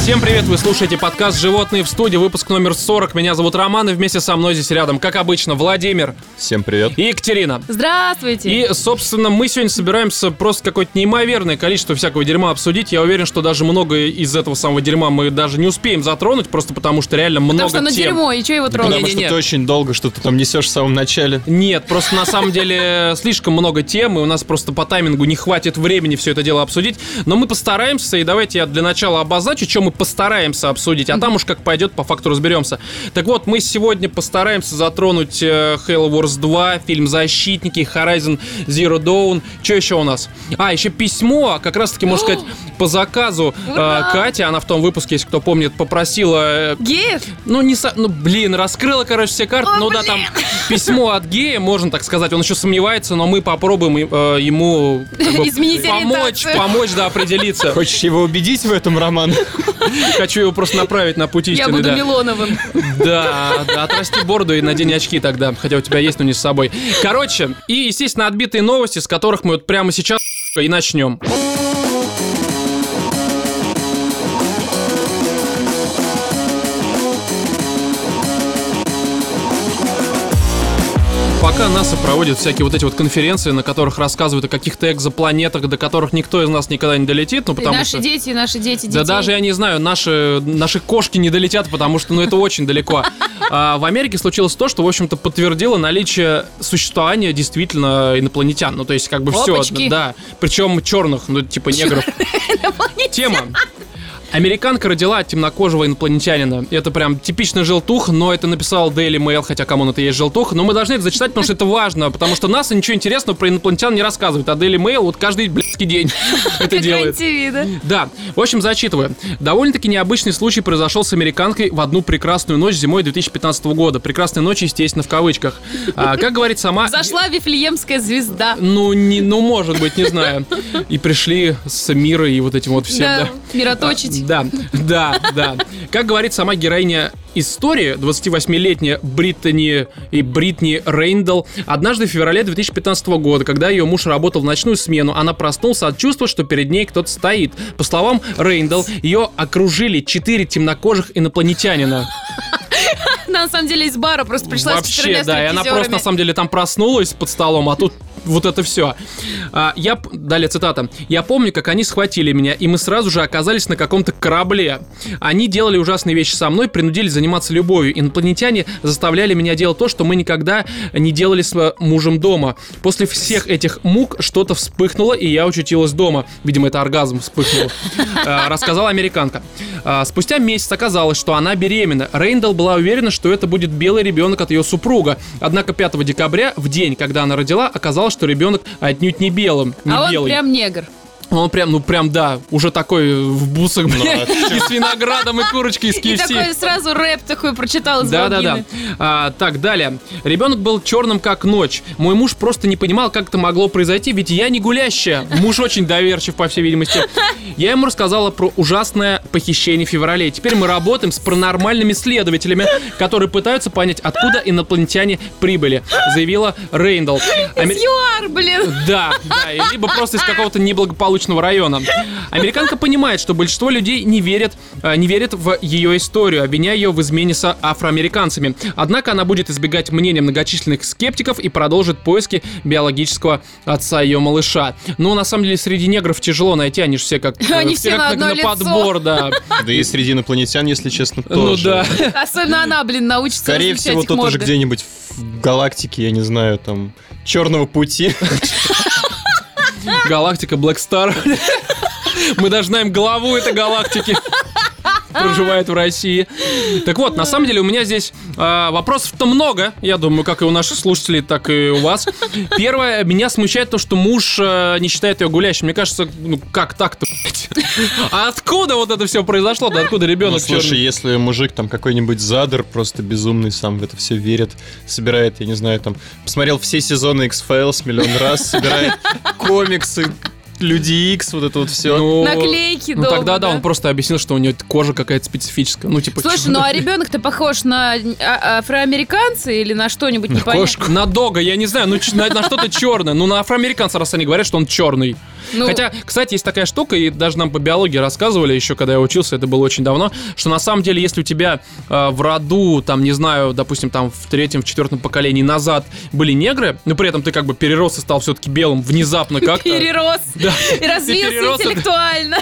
Всем привет, вы слушаете подкаст «Животные в студии», выпуск номер 40. Меня зовут Роман, и вместе со мной здесь рядом, как обычно, Владимир Всем привет. и Екатерина. Здравствуйте! И, собственно, мы сегодня собираемся просто какое-то неимоверное количество всякого дерьма обсудить. Я уверен, что даже многое из этого самого дерьма мы даже не успеем затронуть, просто потому что реально много Потому что оно тем. дерьмо, и что его трогать? Потому что Не-не-не. ты очень долго что-то там несешь в самом начале. Нет, просто на самом деле слишком много тем, и у нас просто по таймингу не хватит времени все это дело обсудить. Но мы постараемся, и давайте я для начала обозначу, что мы постараемся обсудить, а там уж как пойдет, по факту разберемся. Так вот, мы сегодня постараемся затронуть э, Halo Wars 2, фильм «Защитники», Horizon Zero Dawn. Что еще у нас? А, еще письмо, как раз-таки, можно сказать, по заказу э, Ура! Катя, она в том выпуске, если кто помнит, попросила э, Геев? ну, не со... Ну, блин, раскрыла, короче, все карты. О, ну да, там письмо от гея, можно так сказать. Он еще сомневается, но мы попробуем э, ему как бы, Изменить помочь, ориентацию. помочь, да, определиться. Хочешь его убедить в этом, Роман? Хочу его просто направить на путь Я истины, буду да. Милоновым. Да, да, отрасти бороду и надень очки тогда, хотя у тебя есть, но не с собой. Короче, и, естественно, отбитые новости, с которых мы вот прямо сейчас и начнем. Пока НАСА проводит всякие вот эти вот конференции, на которых рассказывают о каких-то экзопланетах, до которых никто из нас никогда не долетит, ну И потому наши что... дети, и наши дети, детей. Да даже я не знаю, наши, наши кошки не долетят, потому что ну это очень далеко. А в Америке случилось то, что, в общем-то, подтвердило наличие существования действительно инопланетян. Ну, то есть, как бы все, Опачки. да. Причем черных, ну, типа негров. Тема. Американка родила от темнокожего инопланетянина. Это прям типичный желтух, но это написал Daily Mail, хотя кому это и есть желтух. Но мы должны это зачитать, потому что это важно, потому что нас ничего интересного про инопланетян не рассказывает, а Daily Mail вот каждый блядский день это Как делает. РЕН-ТВ, да? Да, в общем, зачитываю. Довольно-таки необычный случай произошел с американкой в одну прекрасную ночь зимой 2015 года. Прекрасная ночь, естественно, в кавычках. А, как говорит сама... Зашла Вифлеемская звезда. Ну, не, ну, может быть, не знаю. И пришли с мира и вот этим вот всем, да. Да, мироточить. Да, да, да. Как говорит сама героиня истории, 28-летняя Бриттани и Бритни Рейндл, однажды в феврале 2015 года, когда ее муж работал в ночную смену, она проснулась от чувства, что перед ней кто-то стоит. По словам Рейндл, ее окружили четыре темнокожих инопланетянина. Она на самом деле из бара просто пришла с А, Вообще, 14 да, и она призерами. просто на самом деле там проснулась под столом, а тут вот это все. я, п- далее цитата. «Я помню, как они схватили меня, и мы сразу же оказались на каком-то корабле. Они делали ужасные вещи со мной, принудили заниматься любовью. Инопланетяне заставляли меня делать то, что мы никогда не делали с э, мужем дома. После всех этих мук что-то вспыхнуло, и я очутилась дома. Видимо, это оргазм вспыхнул. Э, Рассказала американка. А, Спустя месяц оказалось, что она беременна. Рейндал была уверена, что это будет белый ребенок от ее супруга. Однако 5 декабря, в день, когда она родила, оказалось, что ребенок отнюдь не белым. Не А он белый. прям негр. Он прям, ну прям, да, уже такой в бусах, блядь, и с виноградом, и курочкой из И KFC. такой сразу рэп такой прочитал из Да, да, да. Волгины. А, так, далее. Ребенок был черным как ночь. Мой муж просто не понимал, как это могло произойти, ведь я не гулящая. Муж очень доверчив, по всей видимости. Я ему рассказала про ужасное похищение в феврале. Теперь мы работаем с паранормальными следователями, которые пытаются понять, откуда инопланетяне прибыли, заявила Рейндл. Амер- Из ЮАР, блин. да, да, и либо просто из какого-то неблагополучного района. Американка понимает, что большинство людей не верят, э, не верят в ее историю, обвиняя ее в измене с афроамериканцами. Однако она будет избегать мнения многочисленных скептиков и продолжит поиски биологического отца ее малыша. Но на самом деле среди негров тяжело найти, они же все как, э, Они все на как одно на лицо. подбор, да. Да и среди инопланетян, если честно, Ну тоже. да. Особенно она, блин, научится Скорее различать всего, их тут уже морды. где-нибудь в галактике, я не знаю, там, Черного пути. Галактика Black Star. Мы даже знаем главу этой галактики. Проживает в России. Так вот, на самом деле у меня здесь а, вопросов-то много, я думаю, как и у наших слушателей, так и у вас. Первое, меня смущает то, что муж а, не считает ее гулящей. Мне кажется, ну как так-то? блядь? А откуда вот это все произошло? Да откуда Ну, ребенок? слушай, если мужик там какой-нибудь задр, просто безумный сам в это все верит, собирает, я не знаю, там, посмотрел все сезоны X-Files миллион раз, собирает комиксы, Люди Икс, вот это вот все. Ну, Наклейки Ну дома, тогда да, да. он просто объяснил, что у него кожа какая-то специфическая. Ну, типа, Слушай, ну а ребенок-то похож на а, афроамериканца или на что-нибудь На непонятное? кошку. на дога, я не знаю, ну ч- на, на что-то черное. Ну, на афроамериканца, раз они говорят, что он черный. Ну, Хотя, кстати, есть такая штука, и даже нам по биологии рассказывали еще, когда я учился, это было очень давно, что на самом деле, если у тебя э, в роду, там, не знаю, допустим, там в третьем, в четвертом поколении назад были негры, но при этом ты как бы перерос и стал все-таки белым внезапно как-то. перерос. Да. И развился перерос это. интеллектуально.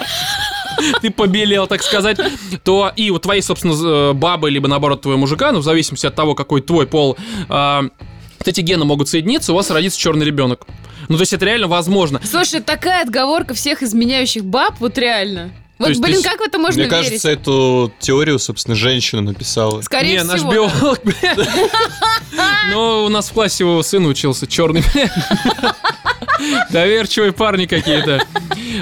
ты побелел, так сказать, то и у твоей, собственно, з- э, бабы, либо наоборот твоего мужика, ну, в зависимости от того, какой твой пол, а, вот эти гены могут соединиться, у вас родится черный ребенок. Ну, то есть это реально возможно. Слушай, такая отговорка всех изменяющих баб, вот реально. Вот, есть блин, ты с- как в это можно Мне верить? кажется, эту теорию, собственно, женщина написала. Скорее Не, всего. наш да. биолог, блядь. Ну, у нас в классе его сын учился, черный, блядь. Доверчивые парни какие-то.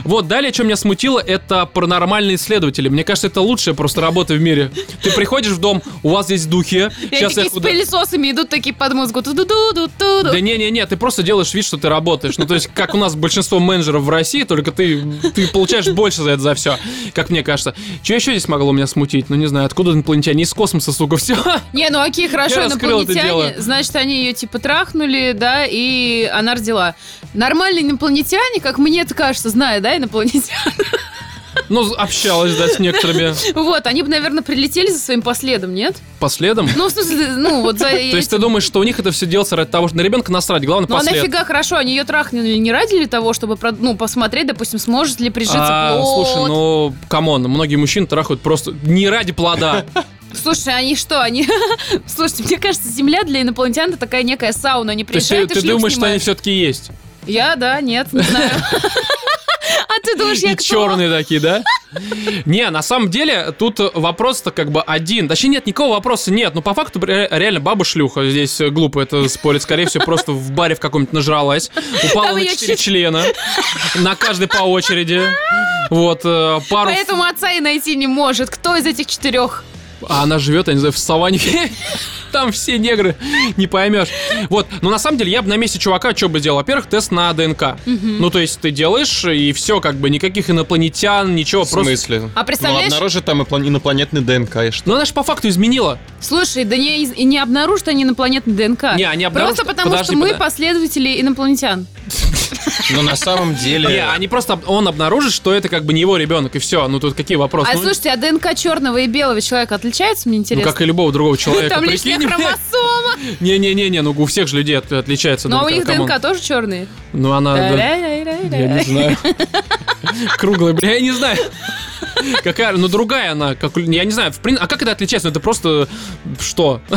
Вот, далее, что меня смутило, это паранормальные исследователи. Мне кажется, это лучшая просто работа в мире. Ты приходишь в дом, у вас здесь духи. И они Сейчас я такие их с уда- пылесосами идут такие под музыку. Ту-ду-ду-ду-ду-ду. Да не-не-не, ты просто делаешь вид, что ты работаешь. Ну, то есть, как у нас большинство менеджеров в России, только ты, ты получаешь больше за это за все, как мне кажется. Че еще здесь могло меня смутить? Ну, не знаю, откуда инопланетяне? Из космоса, сука, все. Не, ну окей, хорошо, Я раскрыл это инопланетяне, дело. значит, они ее типа трахнули, да, и она родила. Нормальные инопланетяне, как мне это кажется, знаю, да, инопланетяне. Ну, общалась, да, с некоторыми Вот, они бы, наверное, прилетели за своим последом, нет? последом. Ну, в смысле, ну, вот за... То есть ты думаешь, что у них это все делается ради того, что на ребенка насрать, главное, Ну, а послед. нафига хорошо, они ее трахнули не ради ли того, чтобы, прод- ну, посмотреть, допустим, сможет ли прижиться А, плод? слушай, ну, камон, многие мужчины трахают просто не ради плода. Слушай, они что, они... Слушайте, мне кажется, Земля для инопланетян это такая некая сауна. Они То есть приезжают ты, и ты шлюх думаешь, что они снимают. все-таки есть? Я, да, нет, не знаю. А ты думаешь, я И кто? черные такие, да? Не, на самом деле, тут вопрос-то как бы один. Точнее, нет, никакого вопроса нет. Но по факту ре- реально баба шлюха. Здесь э, глупо это спорить. Скорее всего, просто в баре в каком-нибудь нажралась. Упала Там на её четыре чис- члена. На каждый по очереди. Вот, э, пару... Поэтому отца и найти не может. Кто из этих четырех? А она живет, я не знаю, в саванне. Там все негры, не поймешь. Вот, но на самом деле я бы на месте чувака что бы сделал? Во-первых, тест на ДНК. Ну, то есть ты делаешь, и все, как бы, никаких инопланетян, ничего, В просто... смысле? А представляешь- Ну, обнаружит там иплан- инопланетный ДНК и что? Но она же по факту изменила. Слушай, да не, из- и не обнаружат они инопланетный ДНК. Не, они обнаружат- Просто потому, подожди, что мы подо- последователи инопланетян. Но ну, на самом Не, деле... они просто об- он обнаружит, что это как бы не его ребенок, и все. Ну тут какие вопросы? А Ну, слушайте, а ДНК черного и белого человека отличается, мне ну, интересно? как и любого другого человека. Там лишняя прикинь. хромосома. Не-не-не-не, ну у всех же людей от- отличается. Ну а у ДНК, них Э. камон. ДНК тоже черные? Ну она. да, Я не знаю. Круглая, бля, я не знаю. Какая, ну другая она, как, я не знаю, в принципе, а как это отличается? Ну это просто, что?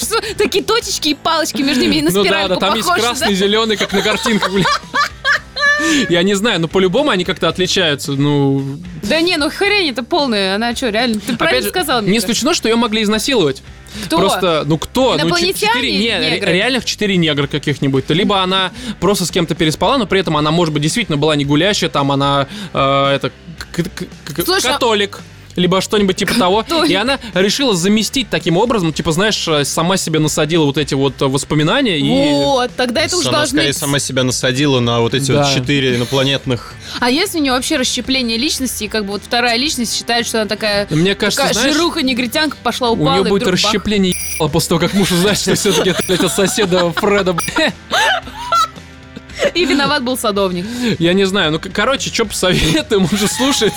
Что, Такие точечки и палочки между ними и на ну да, да, спиральку там есть похожи, да? красный, зеленый, как на картинках, бля. Я не знаю, но по-любому они как-то отличаются, ну... Да не, ну хрень это полная, она что, реально, ты Опять правильно же, сказал мне. Не кажется. исключено, что ее могли изнасиловать. Кто? Просто, ну кто? Ну, че- Инопланетяне четыре- или не, ре- негры? реальных четыре негра каких-нибудь. То Либо она просто с кем-то переспала, но при этом она, может быть, действительно была не гулящая, там она э, это к- к- к- Слушай, а- католик. Либо что-нибудь типа того. Католик. И она решила заместить таким образом, типа, знаешь, э, сама себе насадила вот эти вот э, воспоминания и. Вот, тогда это уже Она должны... скорее сама себя насадила на вот эти Да. вот четыре инопланетных. А если у нее вообще расщепление личности, и как бы вот вторая личность считает, что она такая... Мне кажется, такая Ну, знаешь, жируха, негритянка, пошла у упала нее и будет вдруг бах. расщепление ебала после того, как муж узнает, что все-таки это соседа Фреда. бля. И виноват был садовник. Я не знаю. Ну, к- короче, что посоветуем, он же слушает.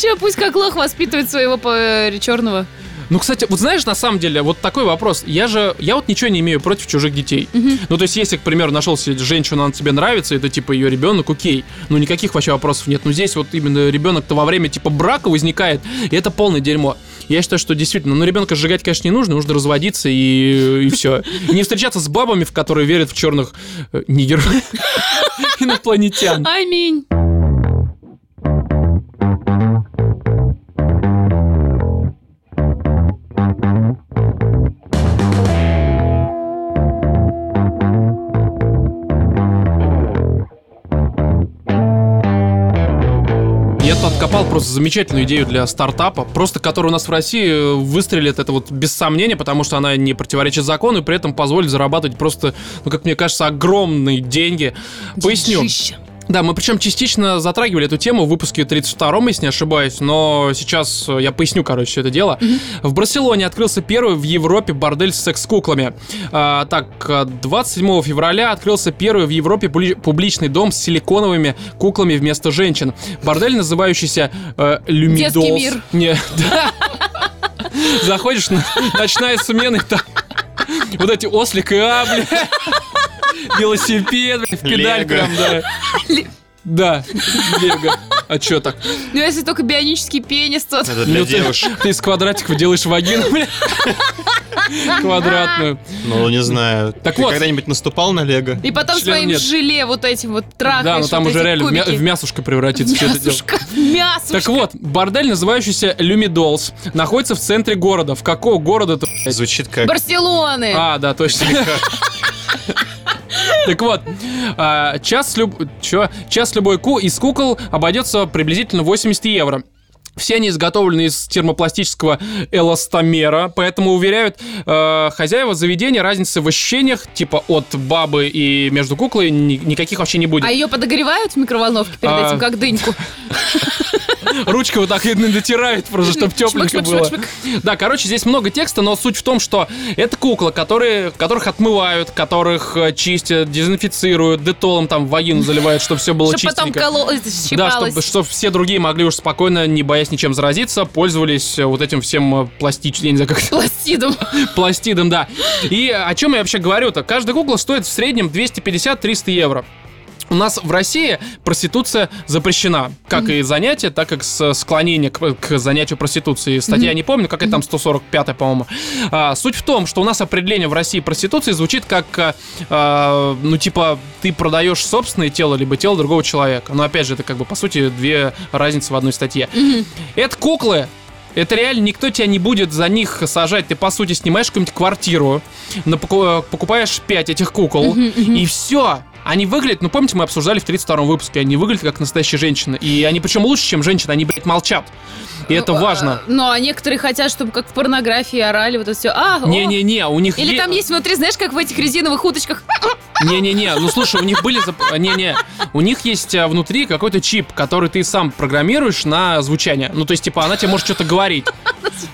Че, пусть как лох воспитывает своего по- черного. Ну, кстати, вот знаешь, на самом деле, вот такой вопрос. Я же, я вот ничего не имею против чужих детей. Ну, то есть, если, к примеру, нашел себе женщину, она тебе нравится, это типа ее ребенок, окей. Ну, никаких вообще вопросов нет. Но здесь вот именно ребенок-то во время типа брака возникает, и это полное дерьмо. Я считаю, что действительно, ну, ребенка сжигать, конечно, не нужно, нужно разводиться и, и все. Не встречаться с бабами, в которые верят в черных э, нигеров. Инопланетян. Аминь. Я тут откопал просто замечательную идею для стартапа, просто которая у нас в России э, выстрелит, это вот без сомнения, потому что она не противоречит закону и при этом позволит зарабатывать просто, ну, как мне кажется, огромные деньги. Поясню. Жище. Да, мы причем частично затрагивали эту тему в выпуске 32-м, если не ошибаюсь, но сейчас э, я поясню, короче, все это дело. В Барселоне открылся первый в Европе бордель с секс-куклами. А, так, э, 27 февраля открылся первый в Европе пули- публичный дом с силиконовыми куклами вместо женщин. Бордель, называющийся э, Люмидолс. Детский мир. Не, да. Заходишь, на- ночная смена, и там вот эти ослик и а, бля. Велосипед, бля, в педаль Лего. прям, да. Ле- Да, Лего. А чё так? Ну, если только бионический пенис, то... Это для Ну, ты- девушек. Ты из квадратиков делаешь вагину, бля. Квадратную. Ну, не знаю. Так Ты вот. когда-нибудь наступал на Лего? И потом Член своим нет. желе вот этим вот трахаешь. Да, но там А, вот уже эти реально в мя- кубики. в мясушко превратится все это дело. Мясушка, мясушка. Так вот, бордель, называющийся Люмидолс, находится в центре города. В какого города-то? блядь? Звучит как... Барселоны. А, да, точно. Так вот, а, час, люб- чё? час любой ку из кукол обойдется приблизительно 80 евро. Все они изготовлены из термопластического эластомера, поэтому уверяют э, хозяева заведения разницы в ощущениях, типа от бабы и между куклой ни- никаких вообще не будет. А ее подогревают в микроволновке перед А. этим, как дыньку? Ручка вот так и натирает просто, чтобы тепленько Шмык, шмык, было. шмык, шмык. Да, короче, здесь много текста, но суть в том, что это куклы, которые, которых отмывают, которых э, чистят, дезинфицируют, детолом там вагину заливают, чтобы все было Чтоб потом чистенько. коло... э, Да, щипалось. чтобы, чтоб все другие могли уж спокойно, не боясь ничем заразиться, пользовались э, вот этим всем э, пластич... я не знаю, как это, Пластидом. пластидом, да. И о чем я вообще говорю-то? Каждая кукла стоит в среднем 250-300 евро. У нас в России проституция запрещена, как и занятие, так и с- склонение к, к занятию проституции. Статья я не помню, какая там 145, по-моему. А, суть в том, что у нас определение в России проституции звучит как, а, а, ну типа ты продаешь собственное тело либо тело другого человека. Но опять же это как бы по сути две разницы в одной статье. Это куклы. Это реально никто тебя не будет за них сажать. Ты, по сути, снимаешь какую-нибудь квартиру, напоку- э, покупаешь 5 этих кукол, и все. Они выглядят, ну помните, мы обсуждали в 32-м выпуске, они выглядят как настоящие женщины. И они причем лучше, чем женщины, они, блядь, молчат. И это важно. Ну, а некоторые хотят, чтобы как в порнографии орали вот это все. А, о. Не-не-не, у них Или е- там есть внутри, знаешь, как в этих резиновых уточках. Не-не-не, ну слушай, у них были... зап- Не-не, у них есть а, внутри какой-то чип, который ты сам программируешь на звучание. Ну то есть, типа, она тебе может что-то говорить.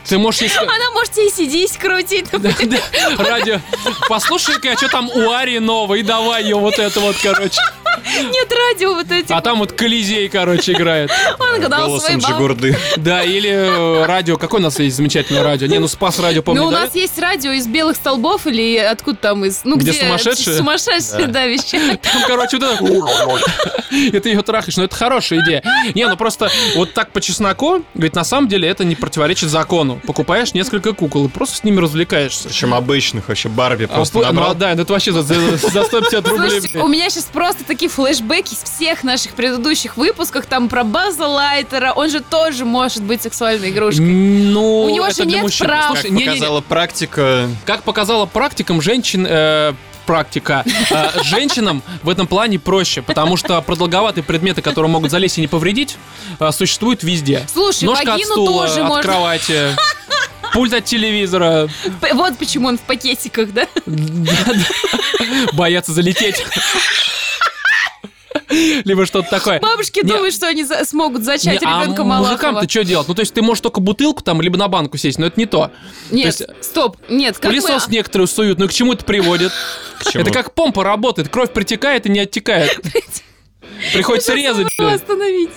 Ты можешь... ей ска- Она может и сидеть, крутить. Да, да, Радио. Послушай-ка, а что там у Арии новое? И давай ее вот это вот, короче. Нет радио вот эти. А там вот Колизей, короче, играет. Он гадал свой Голосом бал. Джигурды. Да, или э, радио. Какое у нас есть замечательное радио? Не, ну Спас радио, помню, Ну, у да? нас есть радио из белых столбов или откуда там из... Ну, Где где, сумасшедшие? Сумасшедшие, да, вещи. Там, короче, вот это- И ты ее трахаешь. Ну, это хорошая идея. Не, ну просто вот так по чесноку, ведь на самом деле это не противоречит закону. Покупаешь несколько кукол и просто с ними развлекаешься. Причем обычных вообще Барби А просто пу- ну, набрал. да, ну это вообще за, за- за 150 рублей. Слушайте, блин. у меня сейчас просто такие флешбеки из всех наших предыдущих выпусков, там про База Лайтера, он же тоже может быть сексуальной игрушкой. Ну, У него же это для нет мужчин. прав. Слушай, Как не-не-не, показала практика, Как показала практикам женщин... э, практика. э, женщинам в этом плане проще, потому что продолговатые предметы, которые могут залезть и не повредить, э, существуют везде. Слушай, Ножка от вагину стула, тоже от можно. кровати, пульт от телевизора, П- Вот почему он в пакетиках, да? боятся залететь. Либо что-то такое. Бабушки Не, думают, что они за- смогут зачать не, а ребенка мужикам Малахова. ты что делать? Ну, то есть ты можешь только бутылку там, либо на банку сесть, но это не то. Нет, то стоп, нет, как мы- Пылесос некоторые суют, ну и к чему это приводит? к чему? Это как помпа работает, кровь притекает и не оттекает. Приходится резать. Ну, блин. Остановитесь.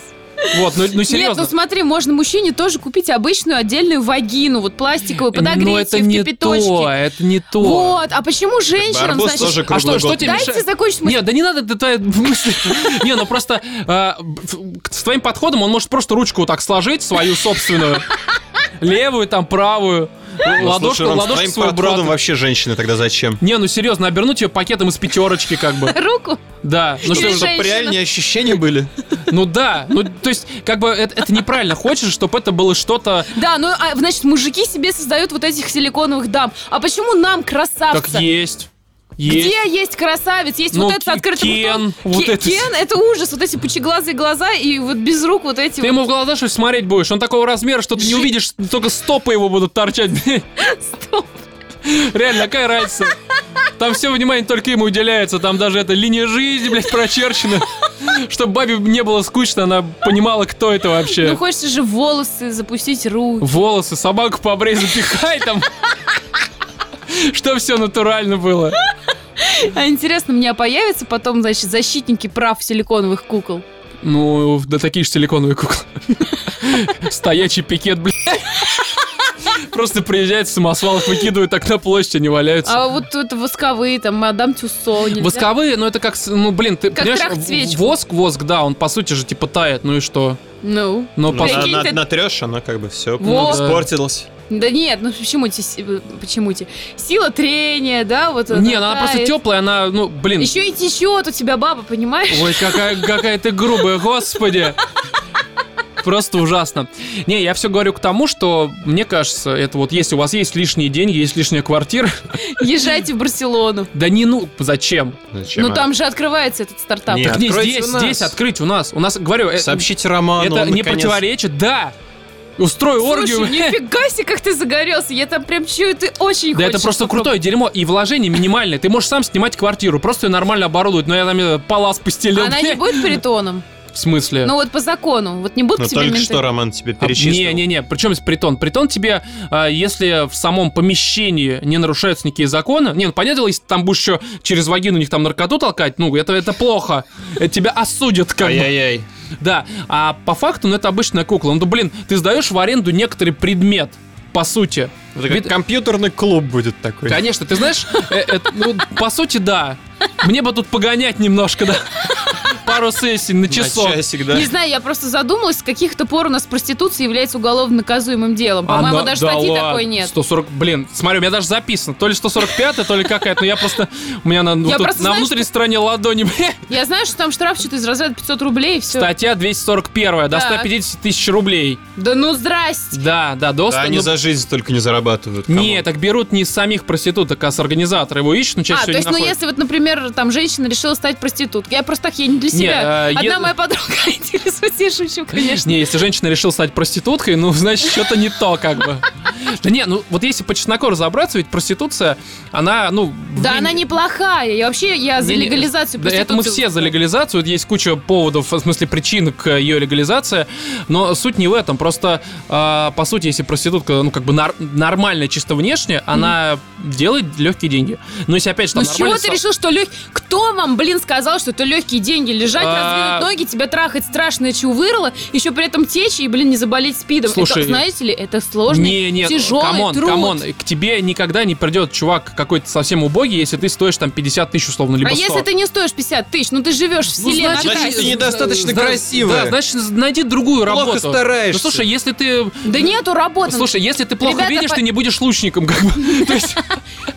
Вот, ну, ну Нет, ну серьезно. смотри, можно мужчине тоже купить обычную отдельную вагину, вот пластиковую, подогреть Но Ну, это её в не кипяточке. то, это не то. Вот, а почему женщинам, Барбос значит, тоже А что, круглый что год. тебе Дайте мешает? закончить мысль. Нет, да не надо это твоя мысль. Не, ну просто э, в- к- с твоим подходом он может просто ручку вот так сложить, свою собственную. Левую, там, правую. Ну, слушай, Ладошку, Ром, с ладошку твоим своего подходом брата. вообще женщины тогда зачем? Не, ну серьезно, обернуть ее пакетом из пятерочки, как бы. Руку? Да. Ну Или что, же- Женщина. Чтобы реальные ощущения были. ну да. Ну, то есть, как бы это, это неправильно. Хочешь, чтобы это было что-то Да, ну, а, значит, мужики себе создают вот этих силиконовых дам. А почему нам красавца? как есть. Есть. Где есть красавец? Есть Ну, вот этот Ки- открытый Кен, бутон. вот Ке- это- Кен, это ужас. Вот эти пучеглазые глаза и вот без рук вот эти Ты вот ему в глаза что ли, смотреть будешь? Он такого размера, что ты не Жи- увидишь, только стопы его будут торчать. стоп. Реально, какая разница? Там все внимание только ему уделяется, там даже эта линия жизни, блядь, прочерчена. Чтобы бабе не было скучно, она понимала, кто это Ну, вообще. хочется же волосы запустить, руки. Волосы, собаку побрей, запихай там. Что все натурально было. А интересно, у меня появятся потом, значит, защитники прав силиконовых кукол? Ну, да такие же силиконовые куклы. Стоячий пикет, блядь. Просто приезжает самосвал, их выкидывает, так на площади они валяются. А вот тут восковые, там, мадам Тюссо, нельзя? Восковые, ну это как, с- ну блин, ты Как понимаешь, трахать свечку. воск, воск, да, он по сути же типа тает, ну и что? Ну, Но по Прикинь, на, ты- натрешь, она как бы все Во. испортилась. да нет, ну почему те, си- э, почему те? Сила трения, да, вот. Не, ну она просто теплая, она, ну, блин. Еще и течет у тебя баба, понимаешь? Ой, какая, какая ты грубая, господи. Просто ужасно. Не, я все говорю к тому, что мне кажется, это вот если у вас есть лишние деньги, есть лишняя квартира, Езжайте в Барселону. да не ну, зачем? Зачем? Ну там же открывается этот стартап. Не, Так не откройте здесь, у нас. здесь открыть у нас. У нас, говорю, э, Сообщите Роману. ну, это он не наконец- противоречит, да. Устрой Слушай, оргию. нифига себе, как ты загорелся. Я там прям чую, ты очень Да хочешь. это просто попробовать. крутое дерьмо, и вложение минимальное. Ты можешь сам снимать квартиру, просто ее нормально оборудовать, но я там э, палас постелил. Она не будет притоном? В смысле? Ну вот по закону. Вот не будут Но тебе Ну, только менты- что Роман тебе А, перечислил. Не-не-не, причем здесь притон? Притон тебе, а, если в самом помещении не нарушаются никакие законы, не, ну, понятное дело, если ты там будешь еще через вагину у них там наркоту толкать, ну, это, это плохо, это тебя осудят А как бы. Ай-яй-яй. Да, а по факту, ну, это обычная кукла. Ну, да, блин, ты сдаешь в аренду некоторый предмет, по сути. Это как Вид- компьютерный клуб будет такой. Конечно, ты знаешь, э, э, ну, по сути, да. Мне бы тут погонять немножко, да. Пару сессий на часок. На часик, да. Не знаю, я просто задумалась, с каких-то пор у нас проституция является уголовно наказуемым делом. По-моему, Она- даже А, ну, да статьи ладно, а такой нет. 140, блин, смотри, у меня даже записано. То ли 145, то ли какая-то. Но я просто, у меня на, вот Я тут просто на знаю, внутренней стороне ладони, бля, Я знаю, что там штраф что-то из разряда 500 рублей и все. статья 241, до Так. 150 тысяч рублей. Да ну здрасте. Да, да, до 100, Да, они ну, за жизнь только не зарабатывают. Не, так берут не из самих проституток, а с организатора. Его ищут, но чаще а, то всего не есть, ну находят. если вот, например, там женщина решила стать проституткой, я просто так, я не для себя. э, Одна е- моя подруга интересуется, я шучу, конечно. Не, если женщина решила стать проституткой, ну, значит, что-то не то, как бы. Да не, ну, вот если по чесноку разобраться, ведь проституция, она, ну... Да в- она неплохая, я вообще, я за Не-не, легализацию Да, это мы проституции. все за легализацию, есть куча поводов, в смысле причин к ее легализации, но суть не в этом, просто а, по сути, если проститутка, ну как бы нар- нормальная чисто внешне, она делает легкие деньги. Но если опять же там Ну с чего нормальный ты со- решил, что лег... Кто вам, блин, сказал, что это легкие деньги? Лежать, А. раздвинуть ноги, тебя трахать страшное чувырло, еще при этом течь и, блин, не заболеть спидом. Слушай, это, знаете ли, это сложный, не, не, тяжелый камон, труд. камон, к тебе никогда не придет чувак какой-то совсем убогий, если ты стоишь там 50 тысяч условно, либо а 100. если ты не стоишь 50 тысяч, ну ты живешь в Ну, селе на значит, кайфе. ты недостаточно зна- красивая. Да, значит, найди другую Плохо работу. стараешься. Ну, слушай, если ты Да нету работы. Слушай, если ты плохо Ребята, видишь, по- ты не будешь лучником, как бы. То есть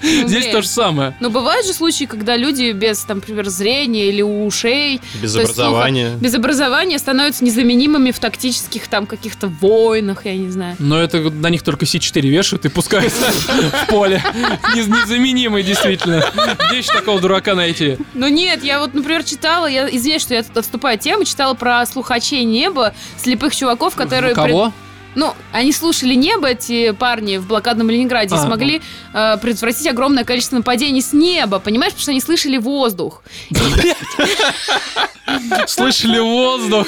ну, здесь блин. то же самое. Но бывают же случаи, когда люди без, там, например, зрения или ушей, Без То есть слуха- образования. без образования становятся незаменимыми в тактических там каких-то войнах, я не знаю. Но это на них только С4 вешают и пускают в поле. Нез- Незаменимый, действительно. Где еще такого дурака найти? Ну нет, я вот, например, читала, я извиняюсь, что я тут отступаю от темы, читала про слухачей неба, слепых чуваков, которые... пред- Кого? Ну, они слушали небо, эти парни в блокадном Ленинграде, и А, смогли э, предотвратить огромное количество нападений с неба, понимаешь, потому что они слышали воздух. Слышали воздух.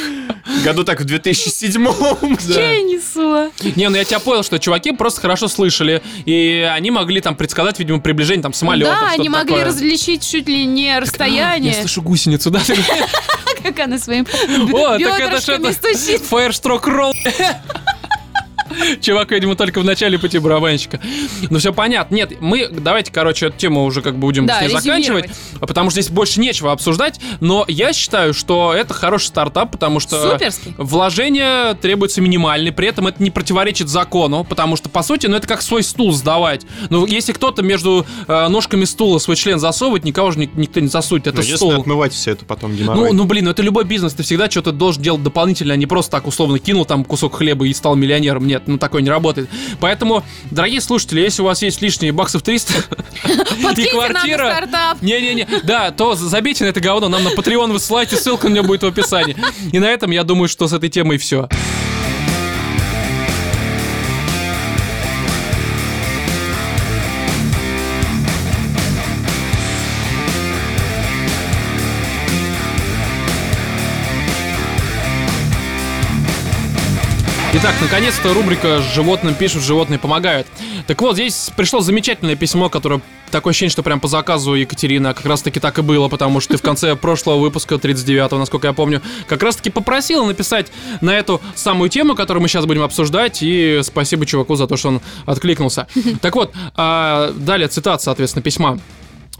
Году так в 2007-м. Я несу. а? Не, ну я тебя понял, что чуваки просто хорошо слышали. И они могли там предсказать, видимо, приближение там самолета. да, они могли различить чуть ли не Я расстояние, слышу гусеницу, да? как она своим О, так это ж бедрышками это... стучит. Фаерштрок ролл. Чувак, видимо, только в начале пути барабанщика. Ну, все понятно. Нет, мы, давайте, короче, эту тему уже как бы будем Да, с ней заканчивать, резюмировать. потому что здесь больше нечего обсуждать, но я считаю, что это хороший стартап, потому что... Суперский. Вложения требуются минимальные, при этом это не противоречит закону, потому что, по сути, ну это как свой стул сдавать. Ну, если кто-то между э, ножками стула свой член засовывает, никого же ни- никто не засудит, это Ну, стул. Единственное, отмывать все это потом Ну, геморрой. ну блин, ну это любой бизнес, ты всегда что-то должен делать дополнительно, а не просто так условно кинул там кусок хлеба и стал миллионером. Нет, ну такое не работает. Поэтому, дорогие слушатели, если у вас есть лишние баксов 300 и Подкиньте нам на квартира... стартап. Не-не-не, да, то забейте на это говно, нам на Patreon высылайте, ссылка у меня будет в описании. И на этом, я думаю, что с этой темой все. Итак, наконец-то рубрика «Животным пишут, животные помогают». Так вот, здесь пришло замечательное письмо, которое такое ощущение, что прям по заказу Екатерина, как раз-таки так и было, потому что ты в конце прошлого выпуска, 39-го, насколько я помню, как раз-таки попросила написать на эту самую тему, которую мы сейчас будем обсуждать, и спасибо чуваку за то, что он откликнулся. Так вот, а, далее цитат, соответственно, письма.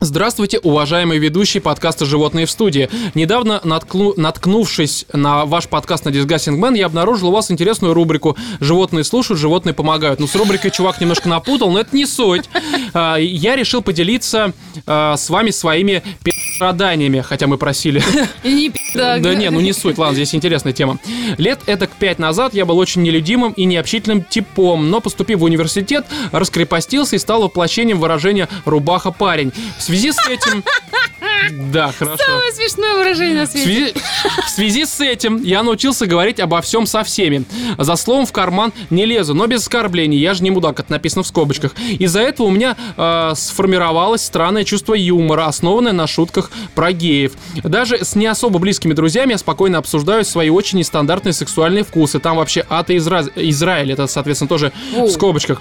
Здравствуйте, уважаемые ведущие подкаста «Животные в студии». Недавно, наткну- наткнувшись на ваш подкаст на Disgusting Man, я обнаружил у вас интересную рубрику «Животные слушают, животные помогают». Ну, с рубрикой чувак немножко напутал, но это не суть. А, Я решил поделиться а, с вами своими страданиями, хотя мы просили И не пи- да, да не, ну не суть, ладно, здесь интересная тема. Лет этак пять назад я был очень нелюдимым и необщительным типом, но поступив в университет, раскрепостился и стал воплощением выражения «рубаха-парень». В связи с этим... Да, хорошо. Самое смешное выражение на В свете. связи, в связи с этим я научился говорить обо всем со всеми. За словом в карман не лезу, но без оскорблений. Я же не мудак, это написано в скобочках. Из-за этого у меня э, сформировалось странное чувство юмора, основанное на шутках про геев. Даже с не особо близкими друзьями я спокойно обсуждаю свои очень нестандартные сексуальные вкусы. Там вообще ад и Изра- Израиль, это, соответственно, тоже Воу. в скобочках.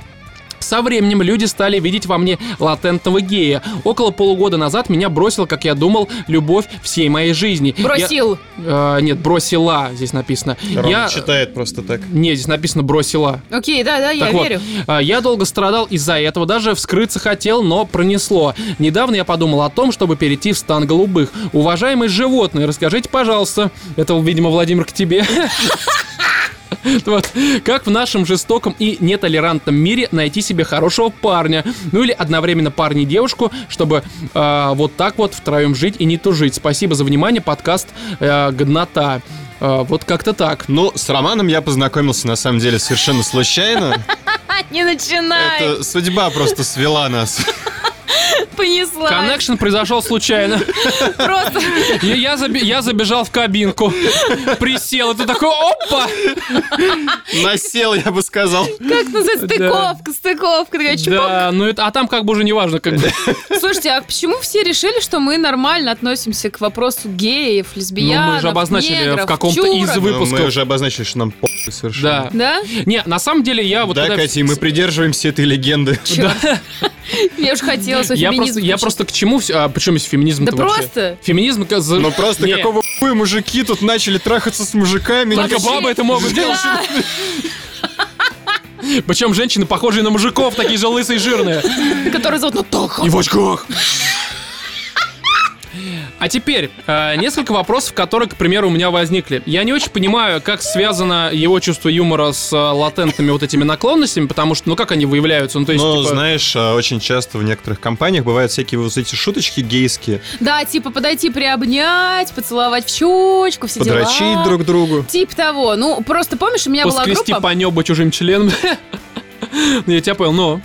Со временем люди стали видеть во мне латентного гея. Около полугода назад меня бросила, как я думал, любовь всей моей жизни. Я- Бросил. Э, нет, бросила здесь написано. Рома я... читает просто так. Не, здесь написано бросила. Окей, да, да, я Так вот, верю. э, я долго страдал из-за этого, даже вскрыться хотел, но пронесло. Недавно я подумал о том, чтобы перейти в стан голубых. Уважаемые животные, расскажите, пожалуйста, это, видимо, Владимир к тебе. Вот. Как в нашем жестоком и нетолерантном мире найти себе хорошего парня? Ну или одновременно парня и девушку, чтобы э, вот так вот втроем жить и не тужить. Спасибо за внимание, подкаст э, «Годнота». Э, вот как-то так. Ну, с Романом я познакомился, на самом деле, совершенно случайно. Не начинай. Это судьба просто свела нас. Понесла. Коннекшн произошел случайно. Просто. И я, заби- я забежал в кабинку, присел, и ты такой, опа! Насел, я бы сказал. Как называется? Стыковка, стыковка. Такая чпок. Да, ну это, а там как бы уже не важно, как бы. Слушайте, а почему все решили, что мы нормально относимся к вопросу геев, Ну, лесбиянок, мы же обозначили негров, в каком-то чурок? из Но Мы выпусков. уже обозначили, что нам похуй совершенно. Да. Да? Не, на самом деле я вот... да, когда- Катя, и мы придерживаемся этой легенды. Чё? Я уже хотела свой Я феминизм просто, я включить. просто к чему... всё- А, причем есть феминизм Да просто. Феминизм... как за- Ну просто Не, какого хуя мужики тут начали трахаться с мужиками? Только Вообще. бабы это могут делать. Да. Причем женщины, похожие на мужиков, такие же лысые и жирные. Который зовут ну так. И в очках. А теперь э, несколько вопросов, которые, к примеру, у меня возникли. Я не очень понимаю, как связано его чувство юмора с э, латентными вот этими наклонностями, потому что, ну как они выявляются? Ну, то есть, Ну, типа, знаешь, а, очень часто в некоторых компаниях бывают всякие вот эти шуточки гейские. Да, типа подойти, приобнять, поцеловать в щечку, все дела. Подрочить друг другу. Тип того. Ну, просто помнишь, у меня была поскрести группа... по небу чужим членом. Ну, я тебя понял, но...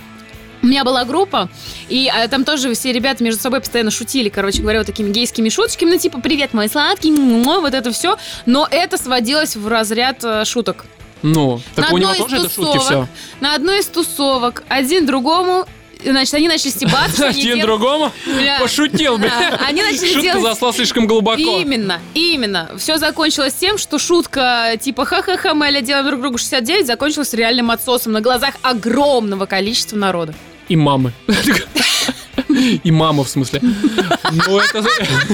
У меня была группа, и а, там тоже все ребята между собой постоянно шутили, короче говоря, вот такими гейскими шуточками, ну типа «Привет, мои сладкие», муа, вот это все. Но это сводилось в разряд э, шуток. Ну, так На у него одной из тоже это шутки все. тусовок. На одной из тусовок один другому, и, значит, они начали стебаться. они Один дел- другому Бля, пошутил, да, бля. Они начали Шутка делать... зашла слишком глубоко. Именно, именно. Все закончилось тем, что шутка типа «Ха-ха-ха, мы Эля, делаем друг другу 69» закончилась реальным отсосом на глазах огромного количества народа. И мамы. И мама, в смысле. Ну, это...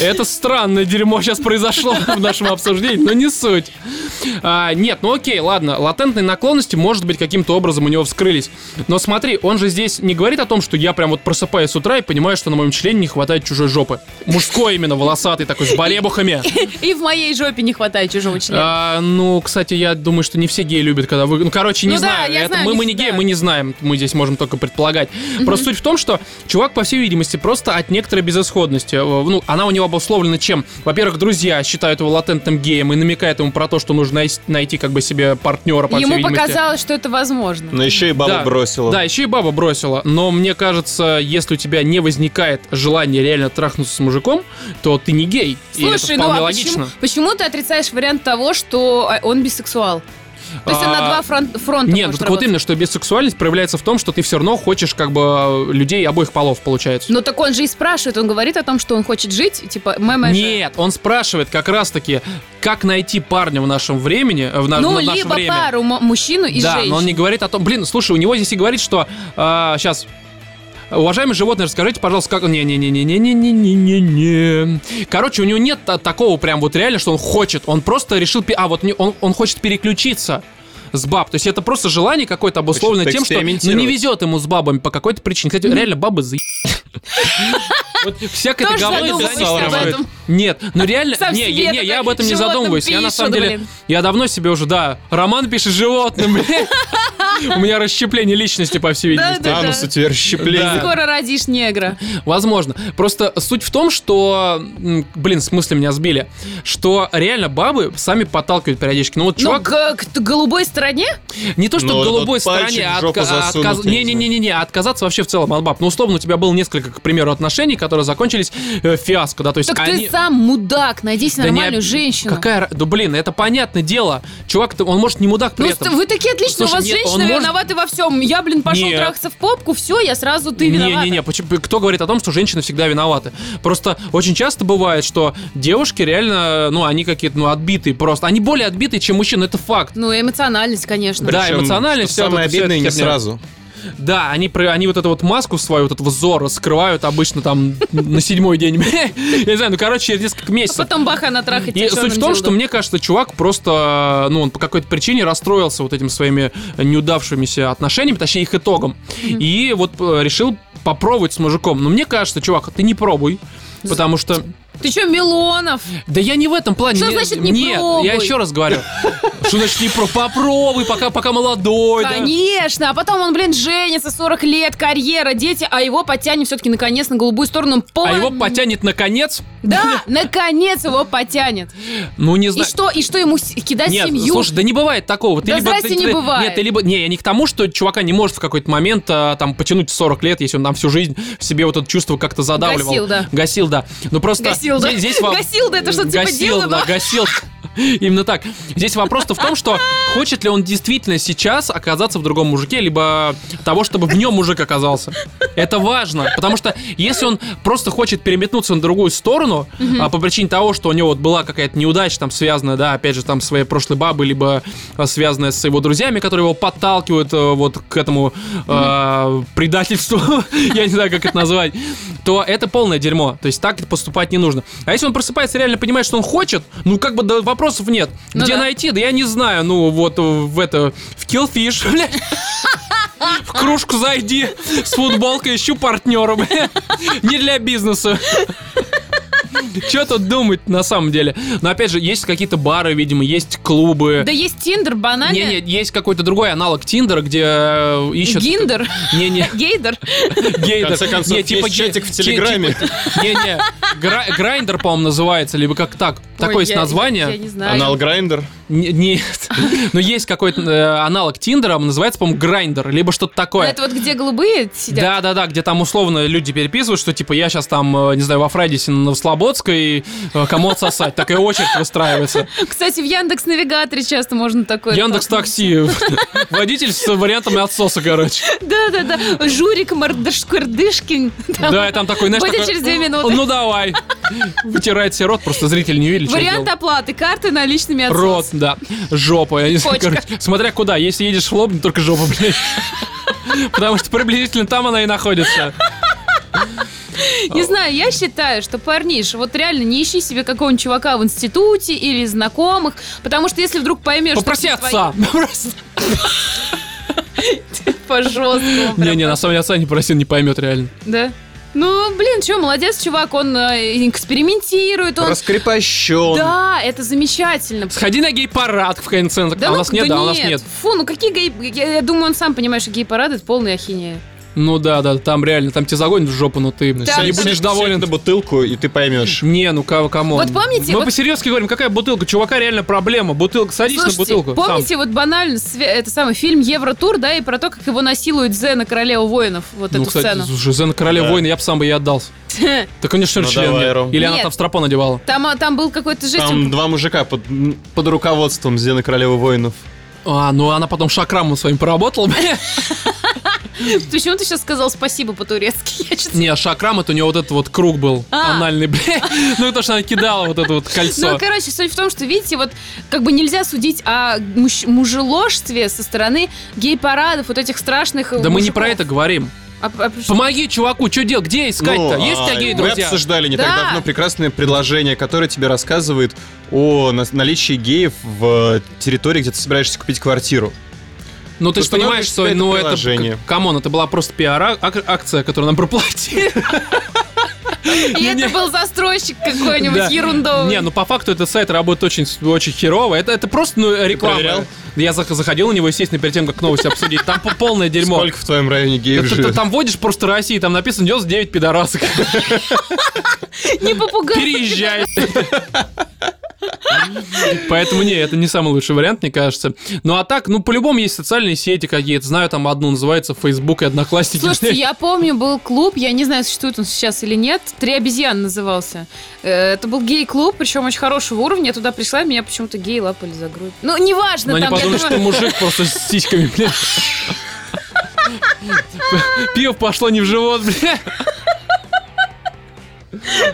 Это странное дерьмо сейчас произошло в нашем обсуждении, но не суть. А, нет, ну окей, ладно, латентные наклонности, может быть, каким-то образом у него вскрылись. Но смотри, он же здесь не говорит о том, что я прям вот просыпаюсь с утра и понимаю, что на моем члене не хватает чужой жопы. Мужской именно, волосатый такой, с баребухами. И в моей жопе не хватает чужого члена. А, ну, кстати, я думаю, что не все геи любят, когда вы... Ну, короче, не Ну да, знаю. я Это знаю, мы, не мы не всегда. геи, мы не знаем. Мы здесь можем только предполагать. Просто суть в том, что чувак, по всей видимости, просто от некоторой безысходности. э, Ну, она у него обусловлена чем? Во-первых, друзья считают его латентным геем и намекают ему про то, что нужно най- найти как бы себе партнера, А, по всей Ему видимости. Ну, показалось, что это возможно. Но еще и баба Да. бросила. Да, еще и баба бросила. Но мне кажется, если у тебя не возникает желания реально трахнуться с мужиком, то ты не гей. и это Слушай, ну вполне а логично. почему, почему ты отрицаешь вариант того, что а, он бисексуал? То есть она А, два фрон- фронта Нет, ну, может так вот работать. именно, что бисексуальность проявляется в том, что ты все равно хочешь как бы э, людей обоих полов, получается. Ну так он же и спрашивает, он говорит о том, что он хочет жить, типа, мама же- Нет, он спрашивает как раз-таки, как найти парня в нашем времени, э, в, на- Ну, в наше либо время. пару, му- мужчину и да, женщину. но он не говорит о том... Блин, слушай, у него здесь и говорит, что... сейчас... Уважаемые животные, расскажите, пожалуйста, как... Не-не-не-не-не-не-не-не. Короче, у него нет та- такого прям вот реально, что он хочет. Он просто решил... пе- А, вот не- он, он хочет переключиться с баб. То есть это просто желание какое-то обусловлено тем, что ну, не поэкспериментировать. везет ему с бабами по какой-то причине. Кстати, реально бабы за... Вот всякое это Тоже говно задумываешься писала, об Роман. этом. Нет, ну реально, Сам не, себе я- не, такой я об этом не животным задумываюсь. Я на пишут, самом деле, блин. я давно себе уже, да, роман пишет животным, блин. У меня расщепление личности, по всей Да, видимости. да. Анус у тебя расщепление. Да. Скоро родишь негра. Ну, Возможно. Просто суть в том, что, м, блин, с мысли меня сбили, что реально бабы сами подталкивают периодически. Ну вот Ну, чувак, к, к голубой стороне? не то, что Ну, в вот голубой этот пальчик стороне, в а жопу отка- а засунуть, отказ- я не Не-не-не, а отказаться вообще в целом от баб. Ну, условно, у тебя было несколько, к примеру, отношений, которые закончились э, фиаско, да, то есть Так они... ты сам мудак, найди себе Да не нормальную об- женщину. Какая... ра- Да блин, это понятное дело. Чувак, он может не мудак при Ну, этом. вы такие отличные, Слушай, у вас нет, женщины он может- виноваты во всем. Я, блин, пошел Нет. трахаться в попку, все, я сразу ты виновата. Не-не-не, почему- кто говорит о том, что женщины всегда виноваты? Просто очень часто бывает, что девушки реально, ну, они какие-то, ну, отбитые просто. Они более отбитые, чем мужчины, это факт. Ну, эмоциональность, конечно. Да, Причем, эмоционально что всё Самое это- всё это обидное не херня. сразу. Да, они, про- они вот эту вот маску свою, вот этот взор скрывают обычно там на седьмой день. Я не знаю, ну, короче, через несколько А месяцев. потом баха она трахает. И тебя суть в чёрным том, дилдо. что мне кажется, чувак просто, ну, он по какой-то причине расстроился вот этим своими неудавшимися отношениями, точнее их итогом, и вот э, решил попробовать с мужиком. Но мне кажется, чувак, ты не пробуй. Потому что... Ты что, Милонов? Да я не в этом плане. Что не- значит не Нет, пробуй? я еще раз говорю. Что значит не про попробуй, пока, пока молодой. да. Конечно, а потом он, блин, женится, 40 лет, карьера, дети, а его потянет все-таки наконец на голубую сторону. Пол... А его потянет наконец? Да, наконец его потянет. Ну, не И знаю. что, и что ему с- кидать Нет, семью? слушай, да не бывает такого. Ты Да либо, здрасте, ты- не ты- бывает. Нет, ты либо... Не, я не к тому, что чувака не может в какой-то момент а, там потянуть 40 лет, если он там всю жизнь в себе вот это чувство как-то задавливал. Гасил, да. Гасил, да. Ну просто... Гасил, да. здесь- здесь во- Гасил, да, это что-то типа Гасил, дела да, было. гасил. Именно так. Здесь вопрос-то в том, что хочет ли он действительно сейчас оказаться в другом мужике, либо того, чтобы в нем мужик оказался. Это важно, потому что если он просто хочет переметнуться на другую сторону, а по причине того, что у него вот была какая-то неудача, там связанная, да, опять же, там своей прошлой бабы, либо а, связанная с его друзьями, которые его подталкивают э, вот к этому э, предательству, я не знаю, как это назвать, то это полное дерьмо. То есть так поступать не нужно. А если он просыпается и реально понимает, что он хочет, ну как бы да, вопросов нет. Ну Где да. найти? Да я не знаю. Ну вот э, в это в Killfish, бля. В кружку зайди с футболкой, ищу партнера, бля. Не для бизнеса. Че тут думать на самом деле? Но опять же, есть какие-то бары, видимо, есть клубы. Да есть Тиндер, банально. Не, не, есть какой-то другой аналог Тиндера, где э, ищут... Гиндер, Не-не, гейдер. гейдер. В конце концов, Не, есть типа ге- чатик в ге- Телеграме. не-не, Гра- Грайндер, по-моему, называется, либо как так. Такое Ой, есть я- название. Я не знаю. Аналграйндер. Н- Нет. Но есть какой-то э, аналог Тиндера, он называется, по-моему, Грайндер, либо что-то Ну, такое. Это вот где голубые сидят? Да, да, да, где там условно люди переписывают, что типа я сейчас там, э, не знаю, во Фрайдисе на Слободской, э, кому отсосать. Такая очередь выстраивается. Кстати, в Яндекс Навигаторе часто можно такое. Яндекс Такси. Водитель с вариантами отсоса, короче. Да, да, да. Журик Мордыш- Кырдышкин. Там Да, и там такой, знаешь, Будет такой, через две минуты. Ну давай. Вытирает себе рот, просто зрители не видели, что я Вариант делал. оплаты карты наличными отсос. Рот, да. Жопа. Я не знаю, Почка. короче, смотря куда. Если едешь в лоб, только жопа, блядь. Потому что приблизительно там она и находится. Не знаю, я считаю, что, парниш, вот реально не ищи себе какого-нибудь чувака в институте или из знакомых, потому что если вдруг поймешь... Попроси что все отца. Попроси. твои- По-жесткому. прям. Не-не, на самом деле отца не проси, он не поймет реально. Да. Ну, блин, что, молодец чувак, он э, экспериментирует, он... Раскрепощен. Да, это замечательно. Сходи на гей-парад в конце. А у ну, нас нет, да, у нас нет. Фу, ну какие гей... Я, я думаю, он сам понимает, что гей-парады — это полная ахинея. Ну да, да, там реально, там тебя загонят в жопу, но ты Да, не да. будешь доволен. на бутылку, и ты поймешь. Не, ну ка- камон. Вот помните, Мы вот- по-серьезки говорим, какая бутылка? Чувака реально проблема. Бутылка, садись на Слушайте, бутылку. сам. помните вот банально све- это самый фильм «Евротур», да, и про то, как его насилует Зена, королева воинов, вот ну, эту кстати, сцену. слушай, Зена Королева Да. Войны, я бы сам бы ей отдался. Да, конечно, Ну, член давай, нет. Ром. Или она Нет. там стропа надевала. Там, а, там был какой-то жесть. Там два мужика под, под руководством Зены Королевы Воинов. А, ну она потом шакрамом своим поработала. Почему ты сейчас сказал спасибо по-турецки? Я чё-то- Не, а шакрам это у нее вот этот вот круг был. А. Анальный, бля. Ну, то, что она кидала вот это вот Ну, кольцо. короче, суть в том, что, видите, вот как бы нельзя судить о мужч- мужеложстве со стороны гей-парадов, вот этих страшных Да мы не мужиков. про это говорим. А- а про что? Помоги чуваку, что делать? Где искать-то? Ну, Есть у тебя а, Мы гей-друзья? обсуждали не так Да. давно прекрасное предложение, которое тебе рассказывает о на- наличии геев в э, территории, где ты собираешься купить квартиру. Ну, ты же Установишь понимаешь, что, себе это ну, это, приложение. к- камон, это была просто пиар-акция, которую нам проплатили. И Не-не. это был застройщик какой-нибудь Да. ерундовый. Не, ну, по факту этот сайт работает очень, с- очень херово. Это, это просто, ну, реклама. проверял? Я зах- заходил на него, естественно, перед тем, как новости обсудить. Там по- полное дерьмо. Сколько в твоем районе Да геев ты- ты живет? там вводишь просто России, там написано 99 пидорасок. Не попугай. Переезжай. Поэтому не, это не самый лучший вариант, мне кажется. Ну а так, ну по-любому есть социальные сети какие-то. Знаю, там одну называется Facebook и Одноклассники. Слушайте, я помню, был клуб, я не знаю, существует он сейчас или нет, «Три обезьян» назывался. Э, Это был гей-клуб, причем очень хорошего уровня. Я туда пришла, меня почему-то геи лапали за грудь. Ну, неважно, Но они там, я подумали, думаю, что мужик просто с сиськами, бля. Пиво пошло не в живот, бля.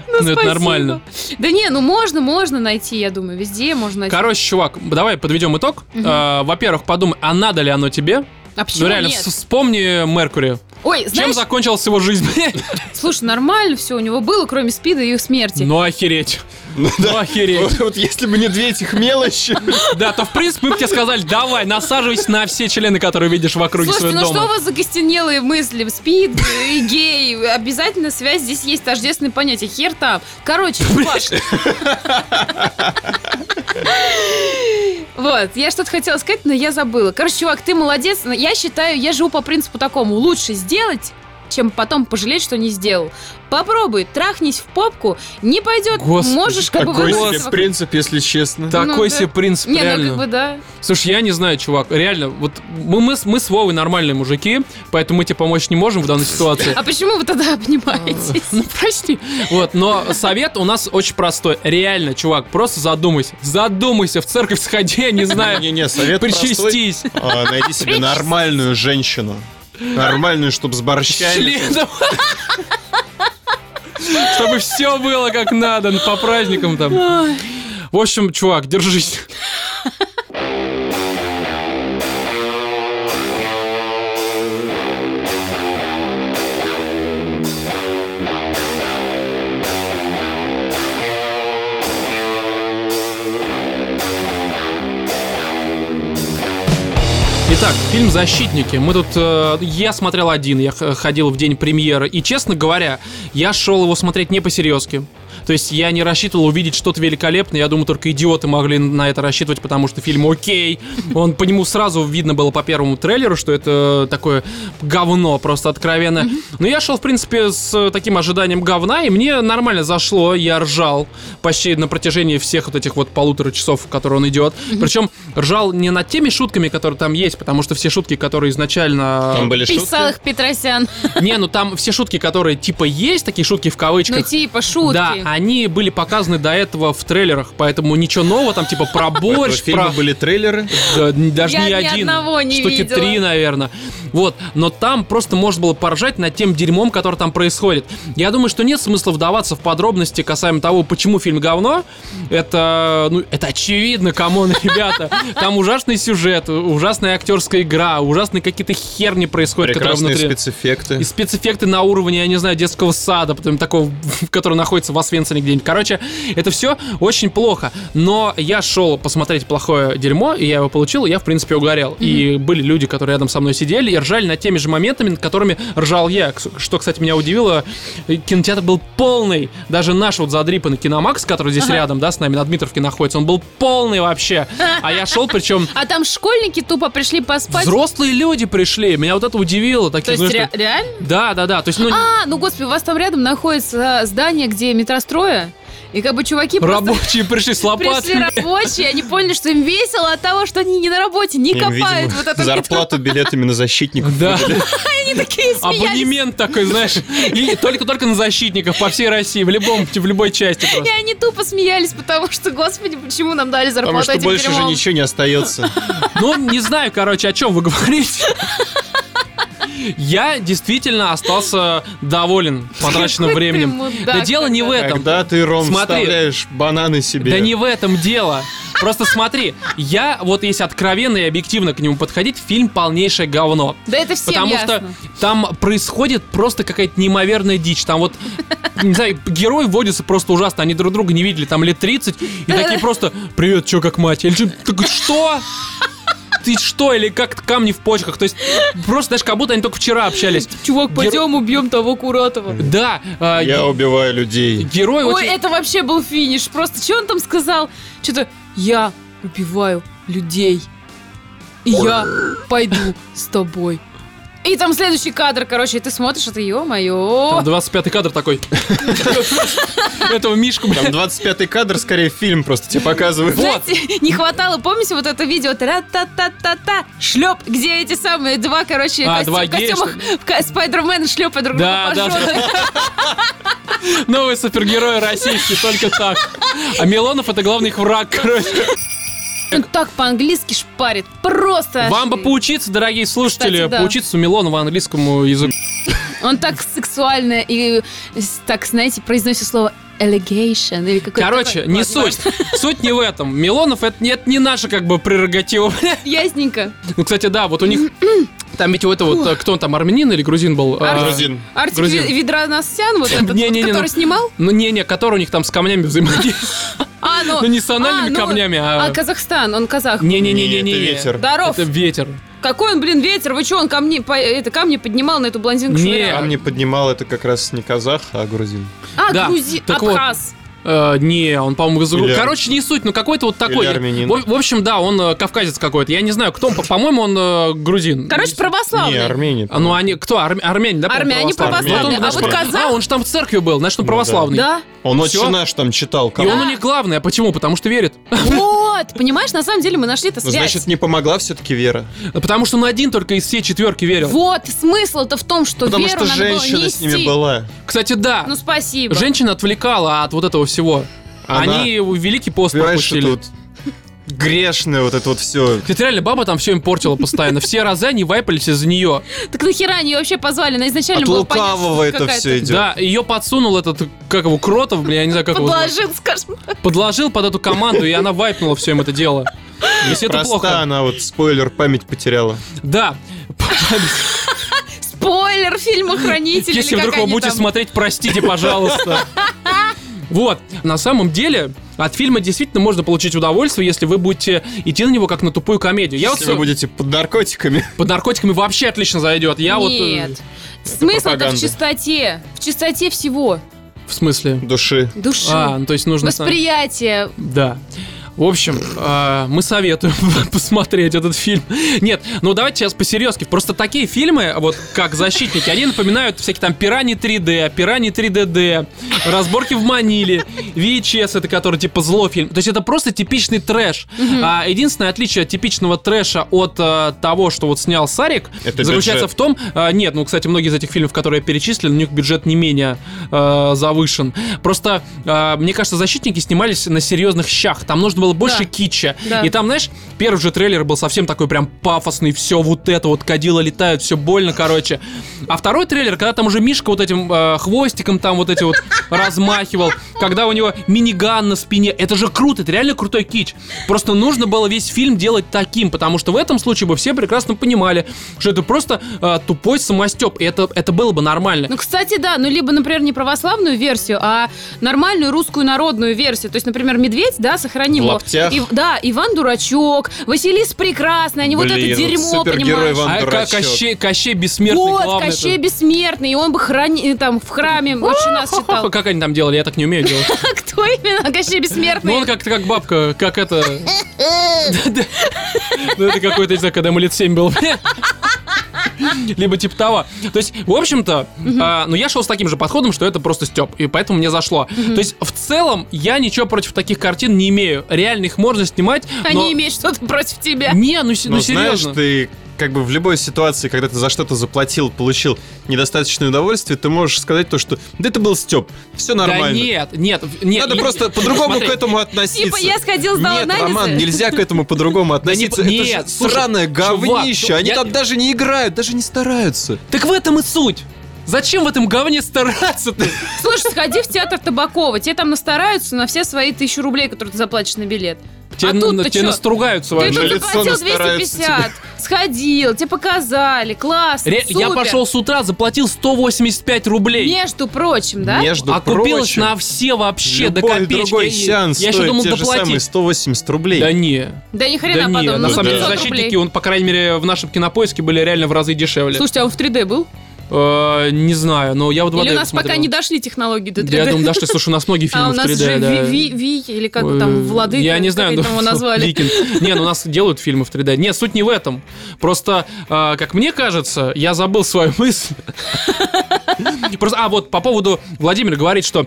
Ну, это спасибо. нормально. Да не, ну можно, можно найти, я думаю, везде можно найти. Короче, чувак, давай подведем итог. Мгм. А, Во-первых, подумай, а надо ли оно тебе? А ну почему реально, нет? вс- вспомни Меркури. Ой, Чем знаешь, закончилась его жизнь? бля? слушай, нормально все у него было, кроме спида и смерти. Ну охереть. Ну Ну да. охереть. Вот вот если бы не две этих мелочи. Да, то в принципе мы бы тебе сказали, давай, насаживайся на все члены, которые видишь в округе Слушайте, своего ну что у дома. вас за гостенелые мысли? Спид и гей. Обязательно связь здесь есть, тождественные понятия. Хер там. Короче, ну, чувак. Вот, я что-то хотела сказать, но я забыла. Короче, чувак, ты молодец. но Я считаю, я живу по принципу такому. Лучше сделать, чем потом пожалеть, что не сделал. Попробуй, трахнись в попку, не пойдет, Господи, можешь как бы Такой выбросила. себе выброситься. принцип, если честно. Такой Ну да. себе принцип, Не, реально. ну как бы да. Слушай, я не знаю, чувак, реально, вот мы, мы, с- мы с Вовой нормальные мужики, поэтому мы тебе помочь не можем в данной ситуации. А почему вы тогда обнимаетесь? Ну, прости. Вот, но совет у нас очень простой. Реально, чувак, просто задумайся. Задумайся, в церковь сходи, я не знаю. Не-не, совет простой. Причастись. А, Найди себе нормальную женщину. Нормальную, чтобы с борщами. Членом. Чтобы все было как надо, ну, по праздникам там. В общем, чувак, держись. Итак, фильм «Защитники». Мы тут... э, я смотрел один, я х- ходил в день премьеры. И, честно говоря, я шел его смотреть не по-серьезки. То есть я не рассчитывал увидеть что-то великолепное. Я думаю, только идиоты могли на это рассчитывать, потому что фильм окей. Он по нему сразу видно было по первому трейлеру, что это такое говно просто откровенно. Но я шел, в принципе, с э, таким ожиданием говна, и мне нормально зашло. Я ржал почти на протяжении всех вот этих вот полутора часов, в которые он идет. Причем ржал не над теми шутками, которые там есть, потому что все шутки, которые изначально... Там были Писал шутки. их Петросян. Не, ну там все шутки, которые типа есть, такие шутки в Ну кавычках. типа шутки. Да, они были показаны до этого в трейлерах, поэтому ничего нового там типа про У этого борщ, фильма про были трейлеры. да, н- даже Я не ни один. одного не штуки видела. три, наверное. Вот, но там просто можно было поржать над тем дерьмом, которое там происходит. Я думаю, что нет смысла вдаваться в подробности касаемо того, почему фильм говно. Это, ну, это очевидно, камон, ребята. Там ужасный сюжет, ужасная актерская игра, ужасные какие-то херни происходят, которые Прекрасные внутри. Э. спецэффекты. И спецэффекты на уровне, я не знаю, детского сада, потом такого, который находится в Освенцине где-нибудь. Короче, это все очень плохо. Но я шел посмотреть плохое дерьмо, и я его получил, и я, в принципе, угорел. И были люди, которые рядом со мной сидели и ржали над теми же моментами, над которыми ржал я. Кс- Что, кстати, меня удивило, э, кинотеатр был полный. Даже наш вот задрипанный киномакс, который здесь рядом, да, с нами на Дмитровке находится, он был полный вообще. А я шел, причем А там школьники тупо пришли поспать. взрослые люди пришли. Меня вот это удивило. То Такие, есть знаешь, ре- А, реально? да, да, да. То есть, ну, А, ну господи, у вас там рядом находится здание, где метростроя. И как бы чуваки просто Рабочие пришли с пришли лопатами. рабочие, они поняли, что им весело от того, что они не на работе, не Им, видимо, копают вот это. Зарплату билетами на защитников. Да, Они такие смеялись. абонемент такой, знаешь, и только-только на защитников по всей России, в любом, в любой части И просто. они тупо смеялись, потому что, господи, почему нам дали зарплату Потому что этим больше же дерьмом? ничего не остается. Ну, не знаю, короче, о чем вы говорите. Я действительно остался доволен потраченным Какой ты временем. мудак Да дело не в тогда. этом. Когда ты, Ром, Смотри. вставляешь бананы себе. Да не в этом дело. Просто смотри, я, вот если откровенно и объективно к нему подходить, фильм полнейшее говно. Да это всем Потому ясно. что там происходит просто какая-то неимоверная дичь. Там вот, не знаю, герои водятся просто ужасно. Они друг друга не видели там лет 30. И такие просто, привет, чё как мать? Или чё, так что? Ты что? Или как камни в почках? То есть просто, знаешь, как будто они только вчера общались. Чувак, Гер- пойдем убьем того Куратова. Да. э, Я ге- убиваю людей. Герой Ой, очень... это вообще был финиш. Просто что он там сказал? Что-то я убиваю людей. И я пойду с тобой. И там следующий кадр, короче, и ты смотришь, это Там ё-моё. 25-й кадр такой. Этого Мишку, Там 25-й кадр, скорее фильм просто тебе показывают. Вот. Знаете, не хватало, помните вот это видео «Тра-та-та-та-та», шлеп, где эти самые два, короче, А, костю- два в гея, костюмах в ка- Спайдермена шлепают друг друга Да, по да, жопе. Новые супергерои российские, только так. А Милонов это главный их враг, короче. Он так по-английски шпарит, просто. аж- Вам бы поучиться, дорогие слушатели, Кстати, да. поучиться у Милонова английскому языку. Он так сексуально и с- так, знаете, произносит слово allegation или какое-то Короче, такое. не Ладно, суть. Суть не в этом. Милонов это, не- это не наша как бы прерогатива. ладно. Ясненько. Ну, кстати, да, вот у них... Там ведь у этого, вот, э, кто он там, армянин или грузин был? А, Грузин. Артик Грузин. Ви- Ведранасян, вот этот, Не-не-не, вот, который ну- снимал? Ну, не-не, который у них там с камнями взаимодействует. А, ну, Ну, не с анальными а, ну, камнями, а- А, Казахстан, он казах. Не-не-не-не-не. Нет, это ветер. Здоров. Это ветер. Какой он, блин, ветер? Вы что, он камни, по- это, камни поднимал на эту блондинку? Не. швырял? А мне поднимал это как раз не казах, а грузин. А, Да, грузи, так вот. Абхаз. Э, не, он, по-моему, из... Или- Короче, не суть, ну какой-то вот такой. Или армянин. В, в общем, да, он э, кавказец какой-то. Я не знаю, кто он, по- по-моему, он э, грузин. Короче, православный. Не, армянин. А, Ну, они, кто? Арм- армяне, да? по-моему, Армяне православные. Вот он, А значит, вот прав- казах- А, он же там в церкви был, значит, он Ну да. православный. Да. Он Всё? очень наш там читал. Ну, И кого- он у них главный. А почему? Потому что верит. Вот, понимаешь, на самом деле мы нашли это Ну, связь. Значит, не помогла все-таки Вера. Потому что он один только из всей четверки верил. Вот, смысл-то в том, Ну, что Потому веру что надо было женщина нести. с ними была. Кстати, да. Ну, спасибо. Женщина отвлекала от вот этого всего. Она- Они великий пост Понимаешь, что пропустили. тут грешное вот это вот все. Кстати, реально, баба там все им портила постоянно. Все разы они вайпались из-за нее. Так нахера они её вообще позвали? Она изначально От была понятно, лукавого что это какая-то- все идет. Да, ее подсунул этот, как его, Кротов, блин, я не знаю, как его зовут. Подложил, скажем. Подложил под эту команду, и она вайпнула все им это дело. То есть это Просто плохо. она вот спойлер память потеряла. Да. Спойлер фильма «Хранитель» Если или вдруг как вы они будете там. смотреть, простите, пожалуйста. Вот, на самом деле, от фильма действительно можно получить удовольствие, если вы будете идти на него как на тупую комедию. Я вот Если вы с- будете под наркотиками. под наркотиками вообще отлично зайдет. Я вот... э, Нет. Смысл-то в пропаганда. чистоте. В чистоте всего. В смысле? Души. Души. А, ну, то есть нужно... сам- Восприятие. Да. В общем, э, мы советуем посмотреть этот фильм. Нет, ну давайте сейчас по-серьезки. Просто такие фильмы, вот как «Защитники», они напоминают всякие там «Пираньи 3D», «Пираньи 3DD», «Разборки в Маниле», VHS, это который типа зло фильм. То есть это просто типичный трэш. А единственное отличие от типичного трэша от э, того, что вот снял Сарик, Это заключается бюджет. в том... э, нет, ну, кстати, многие из этих фильмов, которые я перечислил, у них бюджет не менее э, завышен. Просто, э, мне кажется, «Защитники» снимались на серьезных щах. Там нужно было больше Да. китча. Да. И там, знаешь, первый же трейлер был совсем такой прям пафосный, все вот это вот, кадила летают, все больно, короче. А второй трейлер, когда там уже Мишка вот этим э, хвостиком там вот эти вот размахивал, когда у него миниган на спине, это же круто, это реально крутой кич. Просто нужно было весь фильм делать таким, потому что в этом случае бы все прекрасно понимали, что это просто э, тупой самостеп, и это, это было бы нормально. Ну, кстати, да, ну, либо, например, не православную версию, а нормальную русскую народную версию. То есть, например, «Медведь», да, сохраним В его. лаптях. И- да, Иван Дурачок, Василис Прекрасный, они вот это Блин, дерьмо, супергерой понимаешь? Иван а как дурачок. Кощей, Кощей бессмертный вот, главный, это- Кощей Бессмертный, и он бы храни... там в храме очень нас читал. Как они там делали, я так не умею делать. Кто именно Кощей Бессмертный? Ну, он как-то как бабка, как это... Да, да. Ну, это какой-то, не знаю, когда ему лет 7 было. либо типа того. То есть, в общем-то, а, ну я шел с таким же подходом, что это просто степ, и поэтому мне зашло. То есть, в целом, я ничего против таких картин не имею. Реально их можно снимать, но... Они имеют что-то против тебя. Не, ну, се- Но ну, знаешь, серьезно. ты как бы в любой ситуации, когда ты за что-то заплатил, получил недостаточное удовольствие, ты можешь сказать то, что да это был Степ, все Да нормально. нет, нет, в- нет. Надо я- просто по-другому Смотри, к этому относиться. Типа, я сходил, сдал Нет, анализы. Роман, нельзя к этому по-другому не относиться. по- это нет, же слушай, сраное чувак, говнище. ну, Они я- там даже не играют, даже не стараются. Так в этом и суть. Зачем в этом говне стараться-то? А Слушай, сходи в театр Табакова, тебе там настараются на все свои тысячу рублей, которые ты заплатишь на билет. Тебе, ну, а на- тут-то на- тебе чё? настругаются Ты вообще. на тут лицо заплатил настараются 250, сходил, тебе показали, классно, Ре- Я супер. пошел с утра, заплатил 185 рублей. Между прочим, да? Между а купилось прочим, на все вообще до любой копеечки. другой Я- сеанс я еще стоит думал те же самые доплатить. 180 рублей. Да не. Да ни Да хрена не, подумал, на ну самом деле 500 защитники, рублей. он, по крайней мере, в нашем кинопоиске были реально в разы дешевле. Слушайте, а он в 3D был? Э, не знаю, но я вот Или у нас пока не дошли технологии до 3D? Я думаю, да, что, слушай, у нас многие фильмы а у нас в 3D, же да. Ви, Ви- Ви- или как Э, там, Владыка, Я не как знаю, ну, они там его назвали. Викинг. Не, ну у нас делают фильмы в 3D. Нет, суть не в этом. Просто, э, как мне кажется, я забыл свою мысль. Просто, а вот по поводу Владимир говорит, что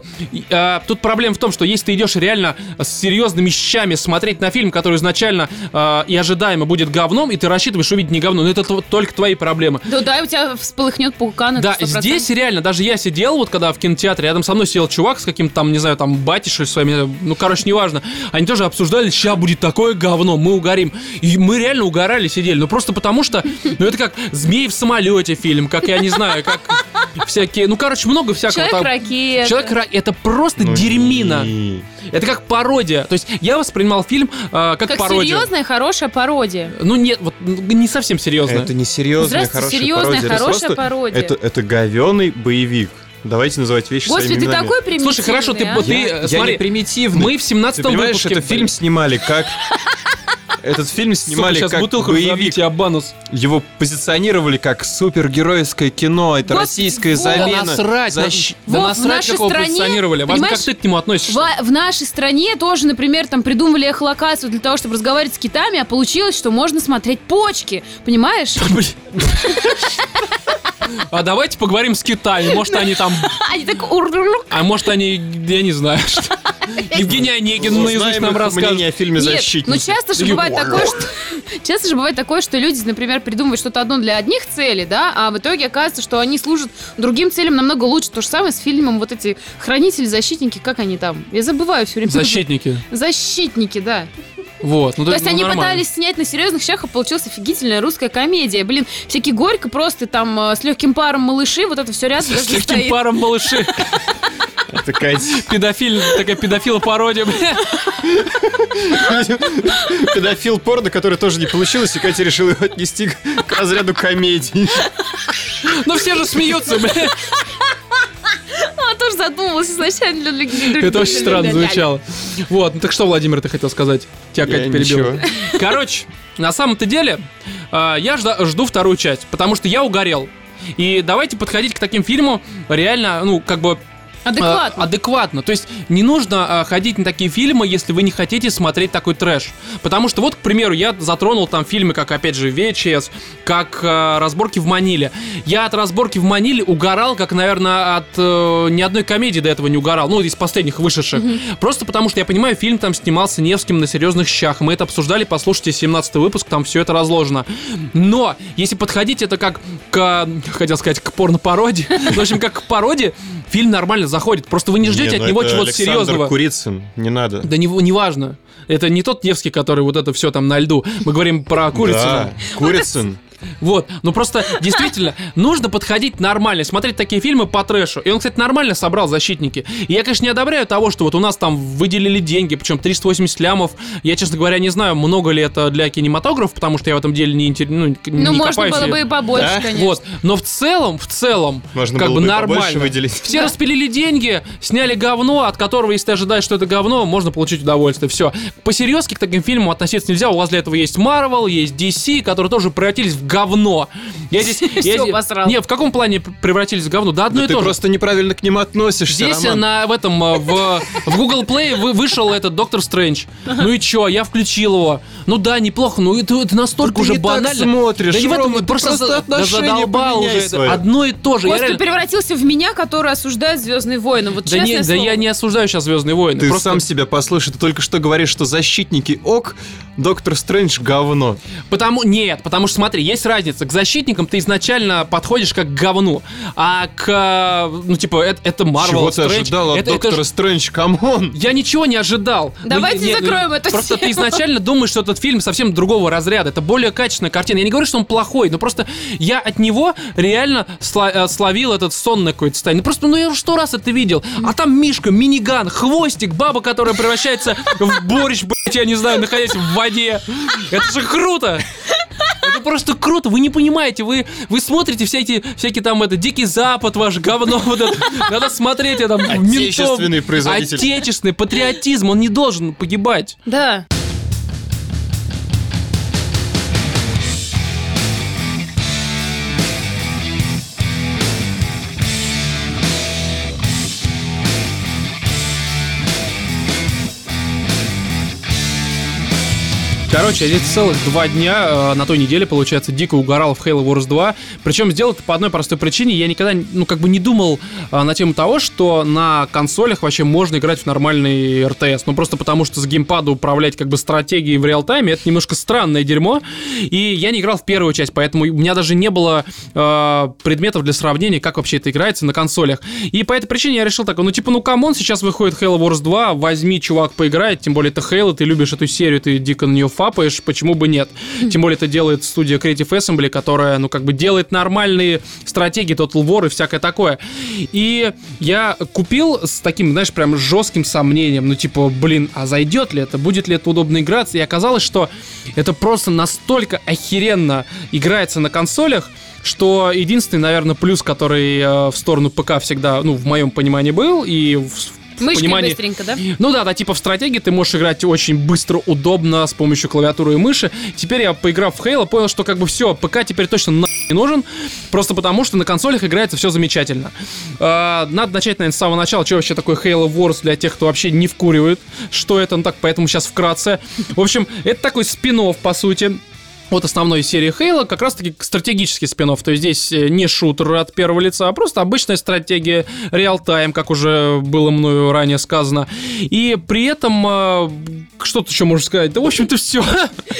э, тут проблема в том, что если ты идешь реально с серьезными щами смотреть на фильм, который изначально э, и ожидаемо будет говном, и ты рассчитываешь увидеть не говно, но это тв- только твои проблемы. Да, да, у тебя всполыхнет паукан, Ну, это Да, 100%. здесь реально, даже я сидел, вот когда в кинотеатре, рядом со мной сидел чувак с каким-то там, не знаю, там, батишей своими, ну, короче, неважно. Они тоже обсуждали, ща будет такое говно, мы угорим. И мы реально угорали, сидели. Ну, просто потому что, ну, это как «Змей в самолете» фильм, как, я не знаю, как всякие... Ну, короче, много всякого там. Человек-ракета. Человек-ра- это просто Ну дерьмина. и- Это как пародия. То есть я воспринимал фильм э, как, Как пародию. серьезная, хорошая пародия. Ну нет, вот м, не совсем серьезно. Это не серьезная, Здравствуйте, хорошая серьезная, пародия. Это хорошая просто- пародия. Это, это говеный боевик. Давайте называть вещи Господи, своими ты именами. такой примитивный, Слушай, хорошо, ты а? вот- Я, э, я смотри, не примитивный. Мы в 17 Ты понимаешь, это фильм снимали как... Этот фильм снимали сейчас как бутылку боевик. Абанус. Его позиционировали как супергеройское кино. Это Господи, российское вот. Да замена. насрать, за- на щ- да Вов, в насрать, нашей как его стране, позиционировали. Важно, как понимаешь, ты к нему относишься. Ва- в нашей стране тоже, например, там придумывали эхолокацию для того, чтобы разговаривать с китами, а получилось, что можно смотреть почки, понимаешь? Блин. А давайте поговорим с Китаем. Может, они там... Они так урлюк. А может, они... Я не знаю. что. Евгений Онегин Узнаем наизусть нам их мнение расскажет. о фильме Нет, «Защитник». но часто же Или бывает такое, что часто же бывает такое, что люди, например, придумывают что-то одно для одних целей, да, а в итоге оказывается, что они служат другим целям намного лучше. То же самое с фильмом вот эти хранители, защитники, как они там? Я забываю все время. Защитники. Защитники, да. Вот. ну, То есть ну, они нормально. пытались снять на серьезных щах, а получилась офигительная русская комедия. Блин, всякий горько просто там э, с легким паром малыши, вот это все рядом С даже не таким стоит. паром малыши. Такая Педофиль, такая педофила-пародия. бля. педофил порно, который тоже не получилось, и Катя решила его отнести к- к разряду комедий. Ну все же смеются, бля. Она Ну, а тоже задумалась изначально. Это очень странно звучало. Вот, ну так что, Владимир, ты хотел сказать? Тебя Я Катя перебила. ничего. Короче, на самом-то деле, э, я жда- жду вторую часть, потому что я угорел. И давайте подходить к таким фильмам реально, ну, как бы... э, Адекватно. адекватно. То есть не нужно э, ходить на такие фильмы, если вы не хотите смотреть такой трэш. Потому что вот, к примеру, я затронул там фильмы, как, опять же, VHS, как э, «Разборки в Маниле». Я от «Разборки в Маниле» угорал, как, наверное, от э, ни одной комедии до этого не угорал. Ну, из последних вышедших. Просто потому что, я понимаю, фильм там снимался Невским на серьезных щах. Мы это обсуждали, послушайте 17 выпуск, там все это разложено. Но, если подходить это как к, э, хотел сказать, к порно-пародии, в общем, как к пародии, фильм нормально заходит. Просто вы не ждете Не, ну от него это чего-то Александр серьезного. Курицын, не надо. Да не, не важно. Это не тот Невский, который вот это все там на льду. Мы говорим про Курицына. Да, Курицын. Вот, ну просто действительно нужно подходить нормально, смотреть такие фильмы по трэшу. И он, кстати, нормально собрал «Защитники». И я, конечно, не одобряю того, что вот у нас там выделили деньги, причем 380 лямов. Я, честно говоря, не знаю, много ли это для кинематографов, потому что я в этом деле не интерес... Ну, к- Ну, не можно копаюсь. было бы и побольше, Да? конечно. Вот, но в целом, в целом, Можно как было бы бы и побольше нормально. выделить. Все распилили деньги, сняли говно, от которого, если ты ожидаешь, что это говно, можно получить удовольствие. Все. По-серьезки к таким фильмам относиться нельзя. У вас для этого есть Marvel, есть DC, которые тоже превратились в говно. Я здесь... я Всё, здесь- обосрал. Не, в каком плане п- превратились в говно? Да одно Да Ну и ты то же. просто неправильно к ним относишься, Здесь Роман. на в этом э, в, в Google Play вы- вышел этот Доктор Стрэндж. Ну и чё, я включил его. Ну да, неплохо, но это, это настолько Ты уже не так банально. смотришь, да не в этом Рома, ты просто, просто за- да отношения задолбал поменяй уже это. свои. одно и то же. Я Костя реально- превратился в меня, который осуждает Звездные войны. Вот да, не, честное да слово. я не осуждаю сейчас Звездные войны. Ты просто сам себя послушай, ты только что говоришь, что защитники ок, Доктор Стрэндж говно. Потому нет, потому что смотри, есть разница. К защитникам ты изначально подходишь как к говну, а к э, ну типа это, это Marvel, Чего ты Strange, ожидал от это- это Доктора ж- Стрэндж, камон? я ничего не ожидал. Ну, Давайте не- не- закроем эту Просто ты тему. изначально думаешь, что этот фильм совсем другого разряда. Это более качественная картина. Я не говорю, что он плохой, но просто я от него реально сла- э, словил этот сон на какое-то состояние. Ну, Просто, ну я уже сто раз это видел. А там Мишка, миниган, хвостик, баба, которая превращается в борщ, блядь, я не знаю, находясь в воде. Это же круто! Это просто круто, вы не понимаете, вы, вы смотрите все эти, всякие там, это, Дикий Запад, ваш говно, вот это, надо смотреть, это, там, Отечественный ментов. производитель. Отечественный, патриотизм, он не должен погибать. Да. Короче, я здесь целых два дня э, на той неделе, получается, дико угорал в Halo Wars 2. Причем сделал это по одной простой причине. Я никогда, ну, как бы не думал э, на тему того, что на консолях вообще можно играть в нормальный РТС. Ну, просто потому что с геймпада управлять как бы стратегией в реал-тайме, это немножко странное дерьмо. И я не играл в первую часть, поэтому у меня даже не было э, предметов для сравнения, как вообще это играется на консолях. И по этой причине я решил так, ну типа, ну камон, сейчас выходит Halo Wars 2, возьми, чувак, поиграет, тем более это Halo, ты любишь эту серию, ты дико на нее фапаешь, почему бы нет? Тем более это делает студия Creative Assembly, которая, ну как бы делает нормальные стратегии, Total War и всякое такое. И я купил с таким, знаешь, прям жестким сомнением, ну типа, блин, а зайдет ли это, будет ли это удобно играться? И оказалось, что это просто настолько охеренно играется на консолях, что единственный, наверное, плюс, который э, в сторону ПК всегда, ну, в моем понимании был, и в, в Мышкой понимании... быстренько, да? Ну да, да, типа в стратегии ты можешь играть очень быстро, удобно, с помощью клавиатуры и мыши. Теперь я, поиграв в Halo, понял, что как бы все, ПК теперь точно на не нужен, просто потому что на консолях играется все замечательно. А, надо начать, наверное, с самого начала, что вообще такое Halo Wars для тех, кто вообще не вкуривает, что это, ну так, поэтому сейчас вкратце. В общем, это такой спин по сути, от основной серии Хейла как раз-таки стратегический спин То есть здесь э, не шутер от первого лица, а просто обычная стратегия реал-тайм, как уже было мною ранее сказано. И при этом... э, Что ты еще можешь сказать? Да, в общем-то, все.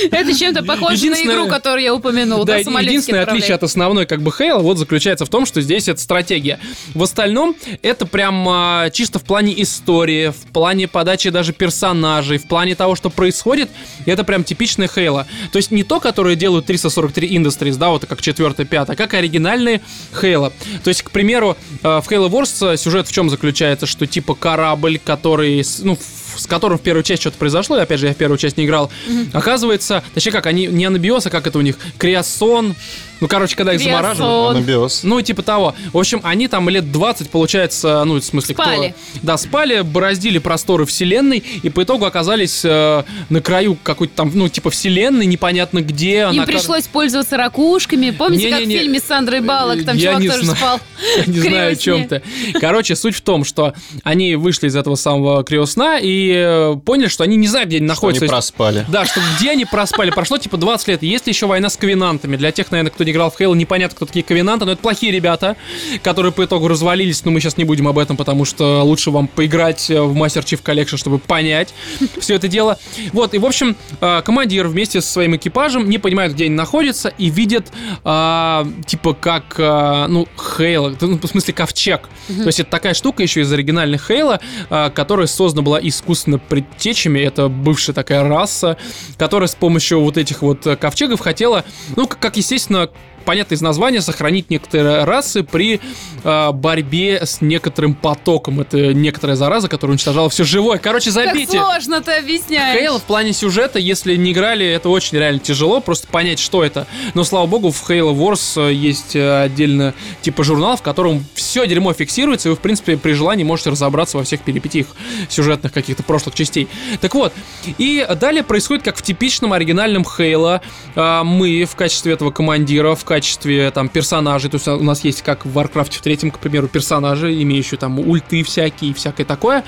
Это чем-то похоже на Единственное- игру, которую я упомянула. Да, да, еди- самолетики единственное отправляют. отличие от основной как бы Хейла вот заключается в том, что здесь это стратегия. В остальном это прям а, чисто в плане истории, в плане подачи даже персонажей, в плане того, что происходит, это прям типичная Хейла. То есть не то, которое делают 343 Industries, да, вот как 4 5 а как оригинальные Хейла. То есть, к примеру, э, в Halo Wars э, сюжет в чем заключается, что типа корабль, который, с- ну, в- с которым в первую часть что-то произошло, и опять же, я в первую часть не играл, оказывается, точнее как, они не анабиоз, а как это у них, криосон, ну, короче, когда их Криосон. замораживают. Он- Анабиос. Ну, типа того. В общем, они там лет 20, получается, ну, в смысле, кто- Спали. Да, спали, бороздили просторы вселенной, и по итогу оказались э, на краю какой-то там, ну, типа вселенной, непонятно где. Им она кар- пришлось пользоваться ракушками. Помните, как в Не-не-не. фильме с Сандрой Баллок? Там Я чувак не тоже знаю. спал. Я не знаю, о Криосне. чем ты. Короче, суть в том, что они вышли из этого самого криосна и э, поняли, что они не знают, где они Они находятся. То есть- проспали. Да, что где они проспали. Прошло типа 20 лет. Есть ли еще война с ковенантами? Для тех, наверное, кто не играл в Хейл, непонятно, кто такие ковенанты, но это плохие ребята, которые по итогу развалились, но мы сейчас не будем об этом, потому что лучше вам поиграть э, в Master Chief Collection, чтобы понять все это дело. Вот, и в общем, э, командир вместе со своим экипажем не понимают, где они находятся, и видят, а, типа, как, а, ну, Хейла, ну, в смысле, ковчег. То есть это такая штука еще из оригинальных Хейла, а, которая создана была искусственно предтечами, это бывшая такая раса, которая с помощью вот этих вот э, ковчегов хотела, ну, как, как, естественно, понятно из названия, сохранить некоторые расы при э, борьбе с некоторым потоком. Это некоторая зараза, которая уничтожала все живое. Короче, Как забейте. сложно ты объясняешь. Хейл в плане сюжета, если не играли, это очень реально тяжело, просто понять, что это. Но, слава богу, в Halo Wars э, есть э, отдельно типа журнал, в котором все дерьмо фиксируется, и вы, в принципе, при желании можете разобраться во всех перипетиях сюжетных каких-то прошлых частей. Так вот, и далее происходит, как в типичном оригинальном Хейла, А, мы в качестве этого командира, в качестве там персонажей, то есть у нас есть как в Warcraft в третьем, к примеру, персонажи, имеющие там ульты всякие и всякое такое,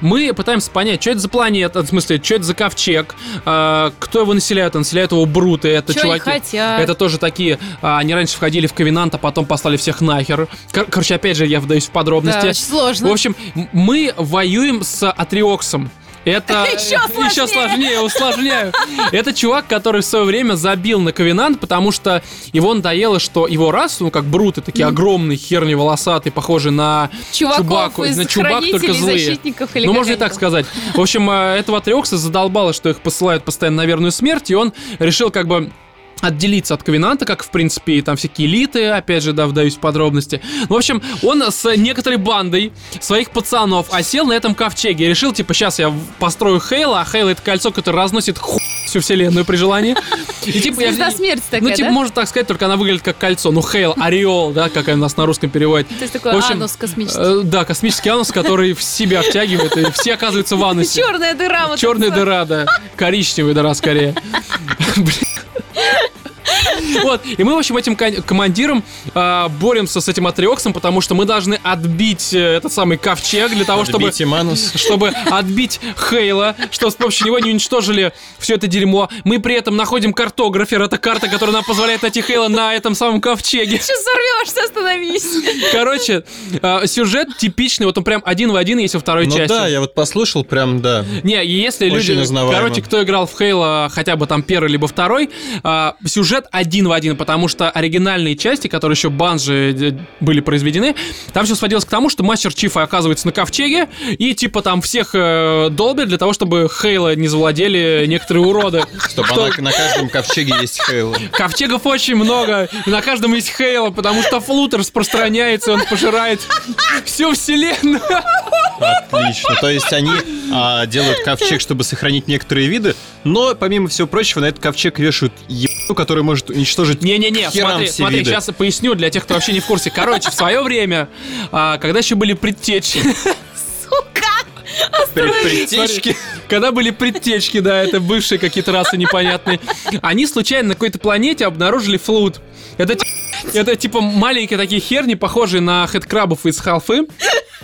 мы пытаемся понять, что это за планета, в смысле, что это за ковчег, а, кто его населяет, а населяют его бруты, это Чё они чуваки... хотят? Это тоже такие, а, они раньше входили в Ковенант, а потом послали всех нахер. Кор- короче, опять же, я вдаюсь в да, подробности. очень сложно. В общем, м- мы воюем с Атриоксом. Это Ещё Ещё сложнее. сложнее, усложняю. Это чувак, который в свое время забил на Ковенант, потому что его надоело, что его расу, ну как бруты, такие огромные, херни волосатые, похожие на Чуваков Чубаку, из на Чубак только хранителей, злые. защитников или ну, как можно и они так там? сказать. В общем, э, этого Атриокса задолбало, что их посылают постоянно на верную смерть, и он решил как бы отделиться от Ковенанта, как, в принципе, и там всякие элиты, опять же, да, вдаюсь в подробности. Ну, В общем, он с некоторой бандой своих пацанов осел на этом ковчеге и решил, типа, сейчас я в- построю Хейла, а Хейла это кольцо, которое разносит ху всю вселенную при желании. И типа я- Звезда смерти такая, Ну, типа, да? можно так сказать, только она выглядит как кольцо. Ну, Хейл, Ореол, да, как у нас на русском переводит. То есть такой «А, ну, В общем, анус космический. Э, Да, космический анус, который в себя втягивает, и все оказываются в анусе. Черная дыра. вот Черная это ну, вот. дыра, да. Коричневая дыра скорее. Блин. Вот, и мы, в общем, этим кон- командиром а, боремся с этим Атриоксом, потому что мы должны отбить э, этот самый ковчег для того, чтобы Отбейте манус. чтобы отбить Хейла, что с помощью него не уничтожили все это дерьмо. Мы при этом находим картографер, это карта, которая нам позволяет найти Хейла на этом самом ковчеге. Сейчас сорвешься, остановись. Короче, э, сюжет типичный, вот он прям один в один есть во второй Ну части. да, я вот послушал, прям да. Не, и если Очень люди... узнаваемо. Короче, кто играл в Хейла хотя бы там первый либо второй, а, сюжет один в один, потому что оригинальные части, которые еще банжи д- были произведены, там все сводилось к тому, что мастер Чифа оказывается на ковчеге, и типа там всех э, долбят для того, чтобы Хейла не завладели некоторые уроды. Чтобы Что- она- на каждом ковчеге есть Хейл. Ковчегов очень много, и на каждом есть Хейла, потому что флутер распространяется, и он пожирает всю вселенную. Отлично. То есть они а, делают ковчег, чтобы сохранить некоторые виды, но, помимо всего прочего, на этот ковчег вешают ебану, который может уничтожить Не-не-не, к херам смотри, все смотри, виды. сейчас поясню для тех, кто вообще не в курсе. Короче, в свое время, а, когда еще были предтечи, Пред- предтечки. когда были предтечки, да, это бывшие какие-то расы непонятные, они случайно на какой-то планете обнаружили флут. Это, ти- это типа маленькие такие херни, похожие на хедкрабов из халфы,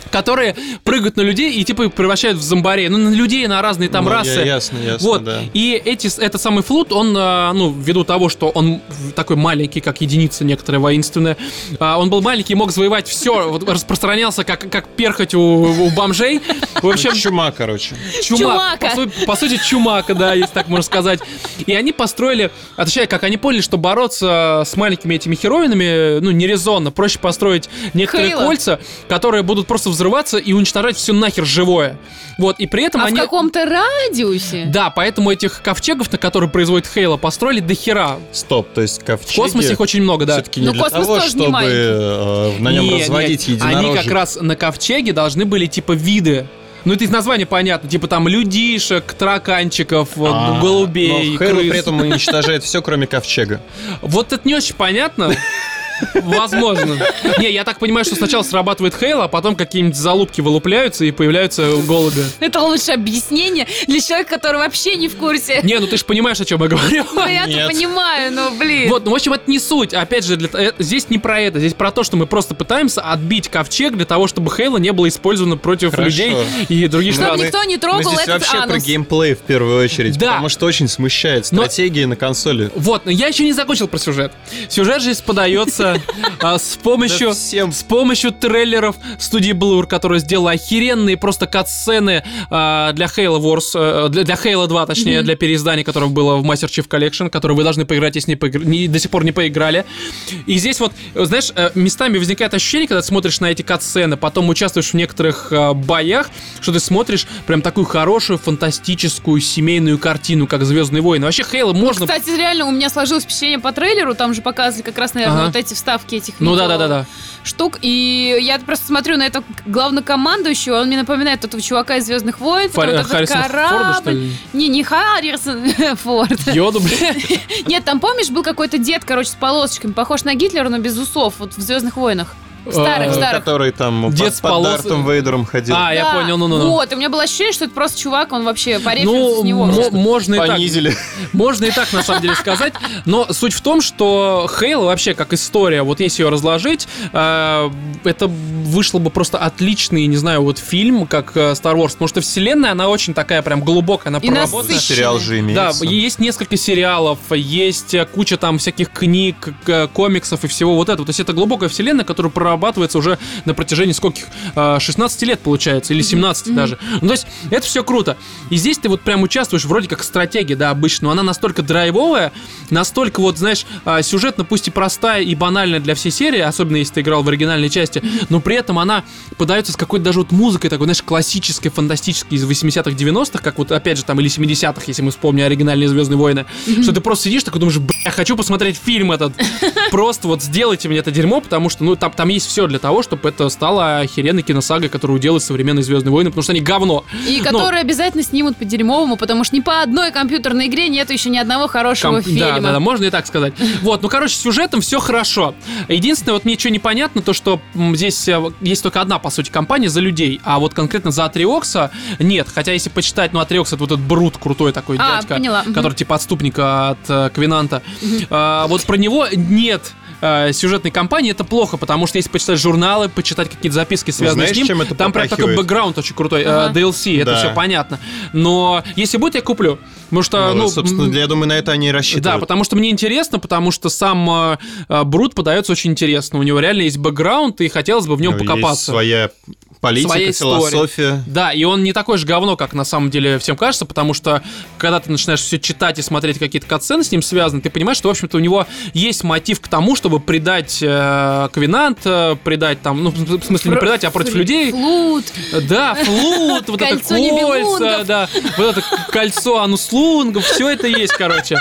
которые прыгают на людей и типа их превращают в зомбарей. Ну, на людей, на разные там Ну, я- расы. Ясно, ясно, Вот. да. И эти, с- этот самый флут, он, а, ну, ввиду того, что он в- такой маленький, как единица некоторая воинственная, а, он был маленький, мог завоевать все, распространялся как, как перхоть у, у бомжей. В общем, Чума, короче. чумак. Чумака. По, су- по сути, чумака, да, если так можно сказать. И они построили, отвечая, как они поняли, что бороться с маленькими этими херовинами, ну, нерезонно. Проще построить некоторые Хейла. кольца, которые будут просто взрываться и уничтожать все нахер живое. Вот, и при этом А в они... каком-то радиусе. Да, поэтому этих ковчегов, на которые производит Хейла, построили до хера. Стоп, то есть В ковчеги... космосе их очень много, да. Все-таки не Ну, для космос того, тоже не чтобы маленький. э, на нем Не, не, разводить Они единорожек. как раз на ковчеге должны были типа виды. Ну, это из названия понятно, типа там людишек, тараканчиков, вот, А, голубей, но Хейл крыс. при этом уничтожает все, кроме ковчега. Вот это не очень понятно. Возможно. Не, я так понимаю, что сначала срабатывает Хейл, а потом какие-нибудь залупки вылупляются и появляются голуби. Это лучшее объяснение для человека, который вообще не в курсе. Не, ну ты же понимаешь, о чем я говорю. Ну, я Нет. это понимаю, но, блин. Вот, ну, в общем, это не суть. Опять же, для т- э, здесь не про это. Здесь про то, что мы просто пытаемся отбить ковчег для того, чтобы Хейла не было использовано против Хорошо. людей и других Чтобы стран. никто не Мы трогал здесь этот вообще про анус. геймплей в первую очередь, Да. потому что очень смущает Но- стратегии на консоли. Вот, но я еще не закончил про сюжет. Сюжет же подается ребята, а, с помощью... Да всем Эм, С помощью трейлеров студии Blur, которая сделала охеренные просто кат-сцены а, для Halo Wars, э, для, для Halo 2, точнее, для переиздания, которое было в Master Chief Collection, который вы должны поиграть, если не поигр- не- до сих пор не поиграли. И здесь вот, э, знаешь, э, местами возникает ощущение, когда ты смотришь на эти кат-сцены, потом участвуешь в некоторых э, боях, что ты смотришь прям такую хорошую, фантастическую, семейную картину, как «Звездные войны». Вообще, Halo можно... Кстати, реально, у меня сложилось впечатление по трейлеру, там же показывали как раз, наверное, Ага. вот эти вставки этих Ну видео да-да-да-да. штук, и я просто смотрю на этого главнокомандующего, он мне напоминает этого чувака из «Звездных войн», Фар- который вот этот Харрисона Форда, корабль. что ли? Не, не Харрисон Форд. Йоду, бля. Нет, там, помнишь, был какой-то дед, короче, с полосочками, похож на Гитлера, но без усов, вот в «Звездных войнах». В старых, в Э, старых. Который там под- Дед с под полос- Дартом Вейдером ходил. А, я Да, понял, ну-ну-ну. Вот, и у меня было ощущение, что это просто чувак, он вообще по референсу Ну, с него. мо- просто. можно и так. Понизили. Можно и так, на самом деле, сказать. Но суть в том, что Хейла вообще как история, вот если ее разложить, э, это вышло бы просто отличный, не знаю, вот фильм, как э, Star Wars. Потому что вселенная, она очень такая прям глубокая, она И проработана. насыщенная. Сериал же Да, э, имеется. есть несколько сериалов, есть э, куча там всяких книг, к- э, комиксов и всего вот этого. То есть это глубокая вселенная, которая прорабатывается уже на протяжении скольких? э, 16 лет, получается, или 17 даже. Ну, то есть это все круто. И здесь ты вот прям участвуешь вроде как в стратегии, да, обычно, но она настолько драйвовая, настолько вот, знаешь, э, сюжетно, пусть и простая и банальная для всей серии, особенно если ты играл в оригинальной части, но при этом она подается с какой-то даже вот музыкой такой, знаешь, классической, фантастической из 80-х, 90-х, как вот, опять же, там, или 70-х, если мы вспомним оригинальные «Звездные войны», что ты просто сидишь такой, думаешь, бля, хочу посмотреть фильм этот. Просто вот сделайте мне это дерьмо, потому что, ну, там, там есть все для того, чтобы это стало охеренной киносагой, которую делают современные «Звездные войны», потому что они говно. И Ну. которые обязательно снимут по-дерьмовому, потому что ни по одной компьютерной игре нет еще ни одного хорошего Комп- Да, фильма. да, да, можно и так сказать. Вот, ну, короче, с сюжетом все хорошо. Единственное, вот мне что непонятно, то, что м, здесь э, есть только одна, по сути, компания за людей, а вот конкретно за Атриокса нет. Хотя, если почитать, ну, Атриокс это вот этот брут крутой такой А, дядька, поняла, мгм. который типа отступник от э, Квинанта. А, вот про него нет э, сюжетной кампании, это плохо, потому что если почитать журналы, почитать какие-то записки, связанные Ну, знаешь, с ним, чем это там прям такой попахивает? бэкграунд очень крутой, э, Ага. DLC, это Да. все понятно. Но если будет, я куплю. Потому что, Ну, ну, собственно, м, для- я думаю, на это они и да, рассчитывают. потому что мне интересно, потому что сам э, э, Брут подается очень интересно. У него реально есть бэкграунд, и хотелось бы в нем Ну, есть покопаться. своя политика, Своя история. философия. Да, и он не такой же говно, как на самом деле всем кажется, потому что когда ты начинаешь все читать и смотреть какие-то катсцены с ним связаны, ты понимаешь, что, в общем-то, у него есть мотив к тому, чтобы предать э, Квинант, э, предать там, ну, в смысле, не Про- предать, а против Флю- людей. Флут. Ну, Да, флут, вот это Кольцо Нибелунгов. кольца, да, вот это кольцо ануслунгов, все это есть, короче.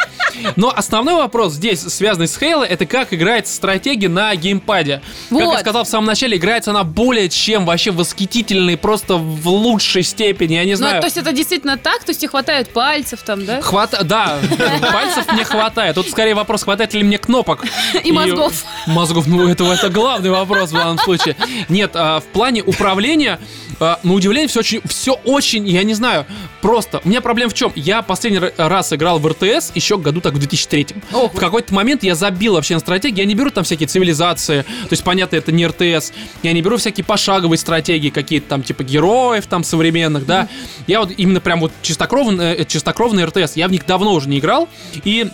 Но основной вопрос здесь, связанный с Хейла, это как играется стратегия на геймпаде. Как я Вот. сказал в самом начале, играется она более чем вообще восхитительной, просто в лучшей степени, я не Ну, а знаю. то есть это действительно так? То есть тебе хватает пальцев там, да? Хвата... Да, пальцев не хватает. Тут скорее вопрос, хватает ли мне кнопок. И мозгов. Мозгов, ну это, это главный вопрос в данном случае. Нет, а, в плане управления, а, на удивление, все очень, все очень, я не знаю, просто. У меня проблема в чем? Я последний ра- раз играл в РТС еще году так в 2003. Ох. В какой-то момент я забил вообще на стратегии, я не беру там всякие цивилизации, то есть, понятно, это не РТС, я не беру всякие пошаговые стратегии, какие-то там, типа, героев там современных, да. Я вот именно прям вот чистокровный, э, чистокровный РТС, я в них давно уже не играл, и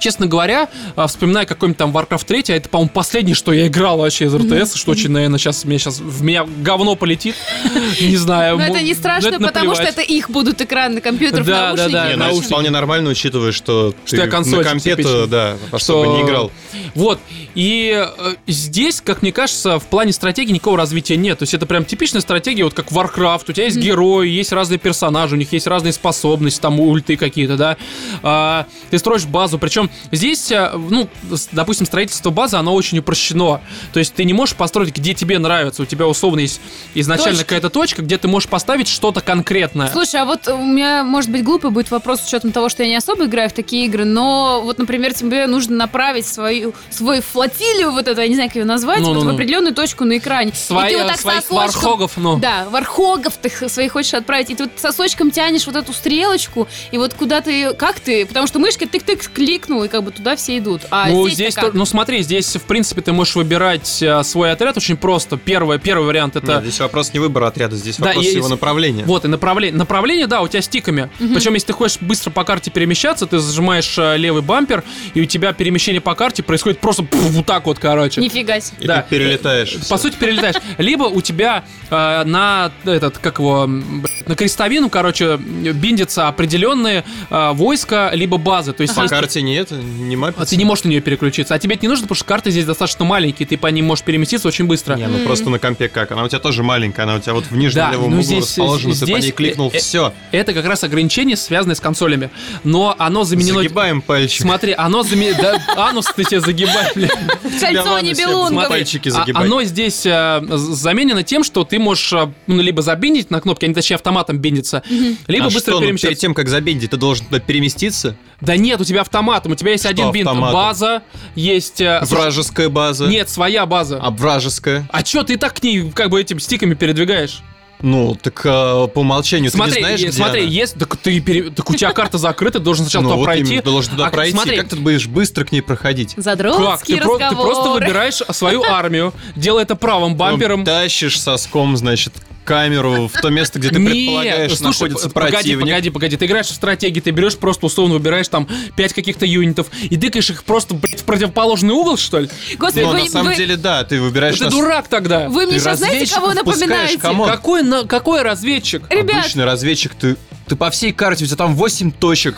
Честно говоря, а, вспоминая какой-нибудь там Warcraft 3, а это, по-моему, последнее, что я играл вообще из РТС, что очень, наверное, сейчас, меня сейчас в меня говно полетит. Не знаю. Но это мо- не страшно, на ну, это потому что наплевать. это их будут экраны компьютеров, Да, да, наушники. да, Не, ну, это и прочее. наушники. вполне нормально, учитывая, что, Что ты я на консольщик компе-то, типичный. да, во что бы не играл. Вот. И э, здесь, как мне кажется, в плане стратегии никакого развития нет. То есть это прям типичная стратегия, вот как Warcraft. У тебя есть герои, есть разные персонажи, у них есть разные способности, там ульты какие-то, да. А, ты строишь базу. Причем здесь, э, ну, с- допустим, строительство базы, оно очень упрощено. То есть ты не можешь построить, где тебе нравится. У тебя условно есть изначально Точки. какая-то точка, где ты можешь поставить что-то конкретное. Слушай, а вот у меня, может быть, глупый будет вопрос с учетом того, что я не особо играю в такие игры, но вот, например, тебе нужно направить свою, свою флотилию, вот это, я не знаю, как ее назвать, вот Ну-ну-ну. в определенную точку на экране. И Ну, Свои- э, ты вот так своих сосочком- вархогов, ну. Да, вархогов ты х- своих хочешь отправить, и ты вот сосочком тянешь вот эту стрелочку, и вот куда ты, как ты, потому что мышкой тык-тык кликнул, кликнул, и как бы туда все идут. А ну, здесь-то здесь, как? то- ну смотри, здесь, в принципе, ты можешь выбирать э, свой отряд очень просто. Первое, первый вариант это... Нет, здесь вопрос не выбора отряда, здесь Да, вопрос и- его направления. Вот, и направление. Направление, да, у тебя стиками. Причем, если ты хочешь быстро по карте перемещаться, ты зажимаешь э, левый бампер, и у тебя перемещение по карте происходит просто пф, вот так вот, короче. Нифига себе. И да. ты перелетаешь. По сути, перелетаешь. Либо у тебя э, на этот, как его, м, блядь, на крестовину, короче, биндятся определенные э, войска, либо базы. То есть, По есть- карте нет, не а мапится. ты не можешь на нее переключиться. А тебе это не нужно, потому что карты здесь достаточно маленькие, ты по ним можешь переместиться очень быстро. Не, ну просто на компе как? Она у тебя тоже маленькая, она у тебя вот в нижнем Да, левом ну углу здесь- расположена, ты по здесь- ней кликнул, э, э, все, Это как раз ограничение, связанное с консолями. Но оно заменено... загибаем пальчик. Смотри, оно заменено... Да, анус ты себе загибай, бля. Тебя Кольцо ванна не всем белунговое. смотри. Пальчики А- загибай. Оно здесь э, з- заменено тем, что ты можешь э, ну, либо забиндить на кнопке, они точнее автоматом биндятся, либо А быстро что, ну, перемещаться. перед тем, как забить, ты должен туда переместиться? Да нет, у тебя автоматом, у тебя есть Что один бинт. автоматом? База, есть... э, Вражеская база? Нет, своя база. А вражеская? А чё ты и так к ней как бы этим стиками передвигаешь? Ну, так а, по умолчанию ты смотри, не знаешь, е- где смотри, она? есть, так ты пере- так у тебя карта закрыта, ты должен сначала Ну, туда вот пройти. именно, ты должен туда А, пройти. Смотри, Как ты будешь быстро к ней проходить? как? Задротские Ты, про- ты просто разговоры. выбираешь свою армию, делай это правым бампером. Ну, Тащишь соском, значит, камеру в то место, где ты Нет, ну, предполагаешь, слушай, находится п- погоди, противник. Погоди, погоди, ты играешь в стратегии, ты берешь просто условно выбираешь там 5 каких-то юнитов и дыкаешь их просто, блядь, в противоположный угол, что ли? Господи, Но вы, на самом вы- деле, да, ты выбираешь... Ты нас- дурак тогда. вы мне ты сейчас знаете, кого разведчиков напоминаете? пускаешь, камон. Какой, на- какой разведчик? Ребят, Обычный разведчик, ты, ты по всей карте, у тебя там 8 точек.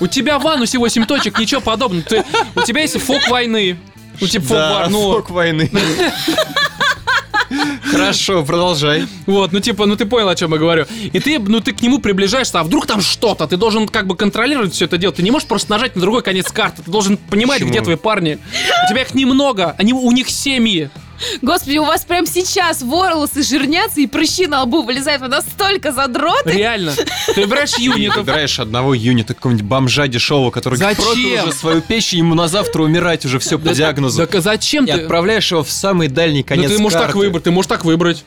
У тебя в анусе 8 точек, ничего подобного. Ты- у тебя есть фок войны. У тебя фок да, вар, ну, фок войны. Хорошо, продолжай. вот, ну типа, ну ты понял, о чем я говорю. И ты, ну ты к нему приближаешься, а вдруг там что-то, ты должен как бы контролировать все это дело. Ты не можешь просто нажать на другой конец карты, ты должен понимать, Почему? где твои парни. У тебя их немного, они, у них семьи. господи, у вас прямо сейчас волосы жирнятся и прыщи на лбу вылезают. Вы настолько задроты. Реально. Ты выбираешь И юнитов. выбираешь одного юнита, какого-нибудь бомжа дешевого, который говорит, Зачем? продал уже свою печень, ему на завтра умирать уже все по диагнозу. Так а зачем И ты? отправляешь его в самый дальний Ну конец ты можешь так карты. выбрать, ты можешь так выбрать.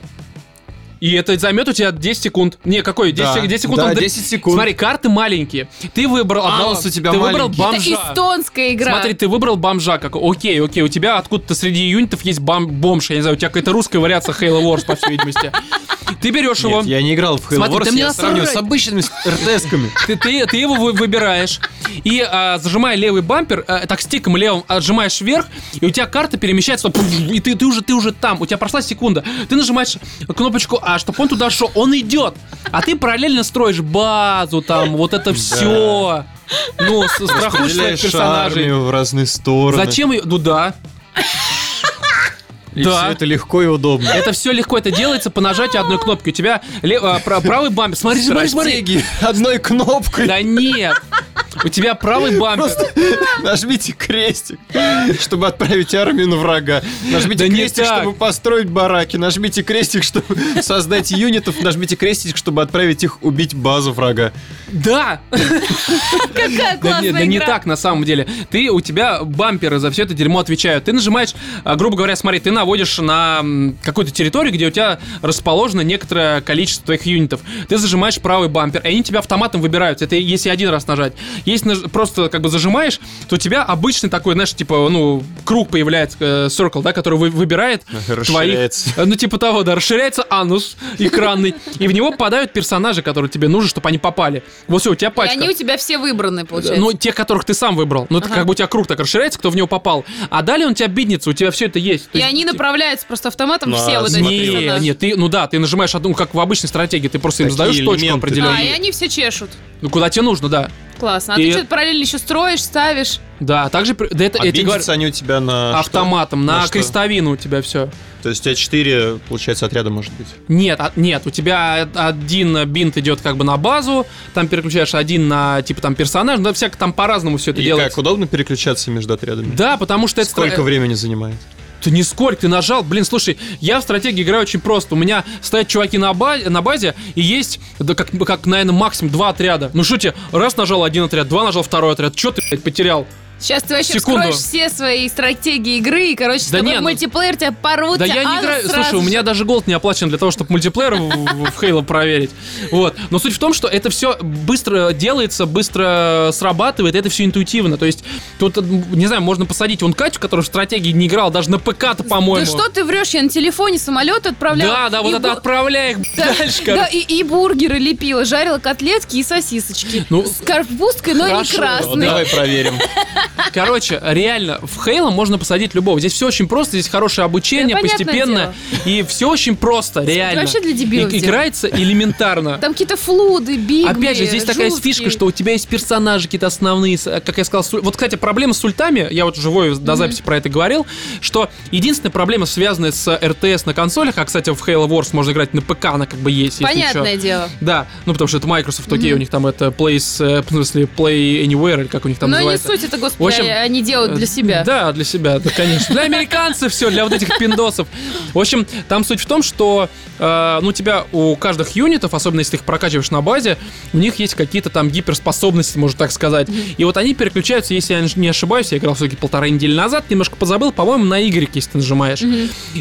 И это займет у тебя 10 секунд. Не, какой? 10, Да, 10 секунд. да, там д- 10 секунд. Смотри, карты маленькие. Ты выбрал одного. Аус А у тебя ты маленький. выбрал Это бомжа. эстонская игра. Смотри, ты выбрал бомжа. Как... Окей, окей, у тебя откуда-то среди юнитов есть бом... бомж. Я не знаю, у тебя какая-то русская вариация Halo Wars, по всей видимости. Ты берешь его. Нет, я не играл в Halo Смотри, ты Wars, мне я сравниваю с насрать. обычными РТСками. Ты, ты, ты его вы- выбираешь и а, зажимая левый бампер, а, так стиком левым отжимаешь вверх, и у тебя карта перемещается, пф, и ты, ты уже ты уже там, у тебя прошла секунда. Ты нажимаешь кнопочку А, чтобы он туда шел, он идет, а ты параллельно строишь базу там, вот это все. Ну, с- страхуешь своих Распределяешь персонажей. армию в разные стороны. Зачем ее? Ну да. И Да. все это легко и удобно. Это все легко, это делается по нажатию одной кнопки. У тебя ле- а, пра- правый бампер. Смотри, смотри, смотри. Стратегии одной кнопкой. Да нет. У тебя правый бампер. Просто нажмите крестик, чтобы отправить армию на врага. Нажмите Да не крестик, так. чтобы построить бараки. Нажмите крестик, чтобы создать юнитов. Нажмите крестик, чтобы отправить их убить базу врага. Да, Какая Да не, классная да не игра. так на самом деле. Ты, у тебя бамперы за все это дерьмо отвечают. Ты нажимаешь, а, грубо говоря, смотри, ты наводишь на м, какую-то территорию, где у тебя расположено некоторое количество твоих юнитов. Ты зажимаешь правый бампер, и они тебя автоматом выбирают. Это если один раз нажать. Если наж- просто как бы зажимаешь, то у тебя обычный такой, знаешь, типа, ну, круг появляется, э, circle, да, который вы- выбирает твоих... Расширяется. Э, Ну, типа того, да, расширяется анус экранный, и в него попадают персонажи, которые тебе нужны, чтобы они попали. Вот все, у тебя И пачка. они у тебя все выбраны, получается. Ну, тех, которых ты сам выбрал. Ну, это Ага. как бы у тебя круг так расширяется, кто в него попал. А далее он у тебя биднится, у тебя все это есть. То и есть- они направляются просто автоматом Ну, все а вот эти смотри, не, персонажи. не, ты, ну да, ты нажимаешь одну, как в обычной стратегии, ты просто им Такие задаешь точку элементы. определенную. А, и они все чешут. Ну, куда тебе нужно, да. Классно. А И- ты что-то параллельно еще строишь, ставишь. Да, а также, при- да это, А я тебе говорю, бинтятся они у тебя на что? автоматом, На на, что? крестовину у тебя все. То есть у тебя 4, получается, отряда может быть. Нет, а- нет, у тебя один э, бинт идет как бы на базу, там переключаешь один на, типа, там персонаж, да, всяко там по-разному все это И делается. как, удобно переключаться между отрядами? Да, потому что это... стра- Сколько времени занимает? Ты нисколько, ты нажал. Блин, слушай, я в стратегии играю очень просто. У меня стоят чуваки на, ба- на базе, и есть, да как, как, наверное, максимум два отряда. Ну что тебе, раз нажал один отряд, два нажал второй отряд. Че ты, блядь, потерял? Сейчас ты вообще Секунду. вскроешь все свои стратегии игры, и, короче, с Да тобой не, в ну- мультиплеер тебя порвут, Да тебя я не адут играю. сразу Слушай, у же. меня даже голд не оплачен для того, чтобы мультиплеер в в Halo проверить. Вот. Но суть в том, что это все быстро делается, быстро срабатывает, это все интуитивно. То есть, тут, не знаю, можно посадить вон Катю, который в стратегии не играл, даже на ПК-то, Да по-моему. что ты врешь, я на телефоне самолет отправляла. Да, да, и вот это бу- отправляй их Да, дальше, да, короче. и, и бургеры лепила, жарила котлетки и сосисочки. Ну, с карпусткой, но хорошо, не Вот красной. Ну, Давай проверим. Короче, реально, в Halo можно посадить любого. Здесь все очень просто, здесь хорошее обучение, Да, понятное постепенно. И все очень просто, реально. вообще для дебилов И- Играется элементарно. Там какие-то флуды, бигли, Опять же, здесь такая жуткие. фишка, что у тебя есть персонажи какие-то основные, с- э, как я сказал, с- вот, кстати, проблема с ультами, я вот живой до записи про это говорил, что единственная проблема, связанная с РТС на консолях, а, кстати, в Halo Wars можно играть на ПК, она как бы есть, если Понятное чё. дело. Да, ну потому что это Microsoft, окей, у них там это Place, э, в смысле Play Anywhere, или как у них там но не называется. суть это, господи, а, В общем, они делают для Э, себя. Да, для себя, да, конечно. Для американцев все, для вот этих пиндосов. В общем, там суть в том, что э, ну, у тебя у каждых юнитов, особенно если ты их прокачиваешь на базе, у них есть какие-то там гиперспособности, можно так сказать. И вот они переключаются, если я не ошибаюсь, я играл все-таки полторы недели назад, немножко позабыл, по-моему, на Y, если ты нажимаешь.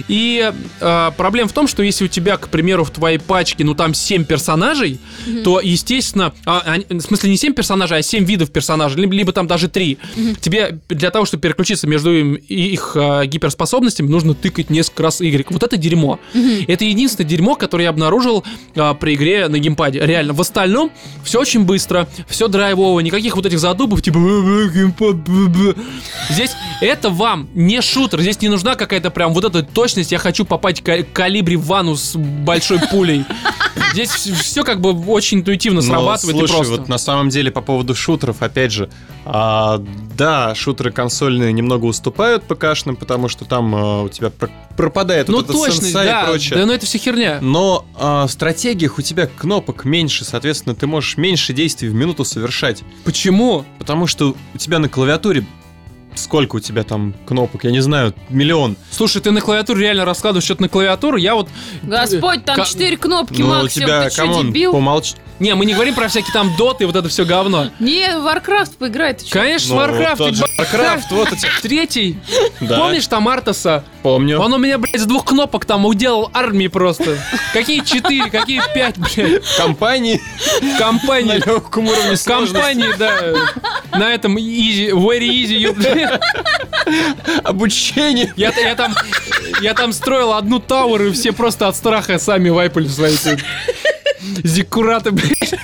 И э, проблема в том, что если у тебя, к примеру, в твоей пачке, ну там 7 персонажей, то, естественно, а, они- в смысле не 7 персонажей, а 7 видов персонажей, либо, либо там даже 3. Тебе для того, чтобы переключиться между им и их э, гиперспособностями, нужно тыкать несколько раз Y. Вот это дерьмо. Это единственное дерьмо, которое я обнаружил э, при игре на геймпаде. Реально, в остальном все очень быстро, все драйвово, никаких вот этих задубов, типа «Э, э, геймпад, б, б». Здесь это вам не шутер, здесь не нужна какая-то прям вот эта точность, я хочу попасть к калибре в ванну с большой пулей. Здесь все как бы очень интуитивно Но, Ну, срабатывает и Ну, слушай, просто. вот на самом деле по поводу шутеров, опять же, а, да, шутеры консольные немного уступают ПКшным, потому что там а, у тебя про- пропадает Ну вот этот точность, сенсай да, и прочее. да, но это все херня. Но а, в стратегиях у тебя кнопок меньше, соответственно, ты можешь меньше действий в минуту совершать. Почему? Потому что у тебя на клавиатуре сколько у тебя там кнопок, я не знаю, миллион. Слушай, ты на клавиатуру реально раскладываешь что-то на клавиатуру, я вот... Господь, там Ка- четыре Ну, кнопки Но Ну, у максимум, тебя, ты что, камон, дебил? помолчи. Не, мы не говорим про всякие там доты и вот это все говно. Не, в Warcraft поиграй, ты что? Конечно, Ну, вот Warcraft, тот ведь, же б***ь, Warcraft, вот эти- Третий. Да, Помнишь там Артаса? Помню. Он у меня, блядь, с двух кнопок там уделал армии просто. Какие четыре, какие пять, блядь, Компании в на компании. легком уровне В сложности. компании, да. На этом easy, very easy. you- обучение. Я, я там, я там строил одну тауэр, и все просто от страха сами вайпали свои эти зиккураты, блядь.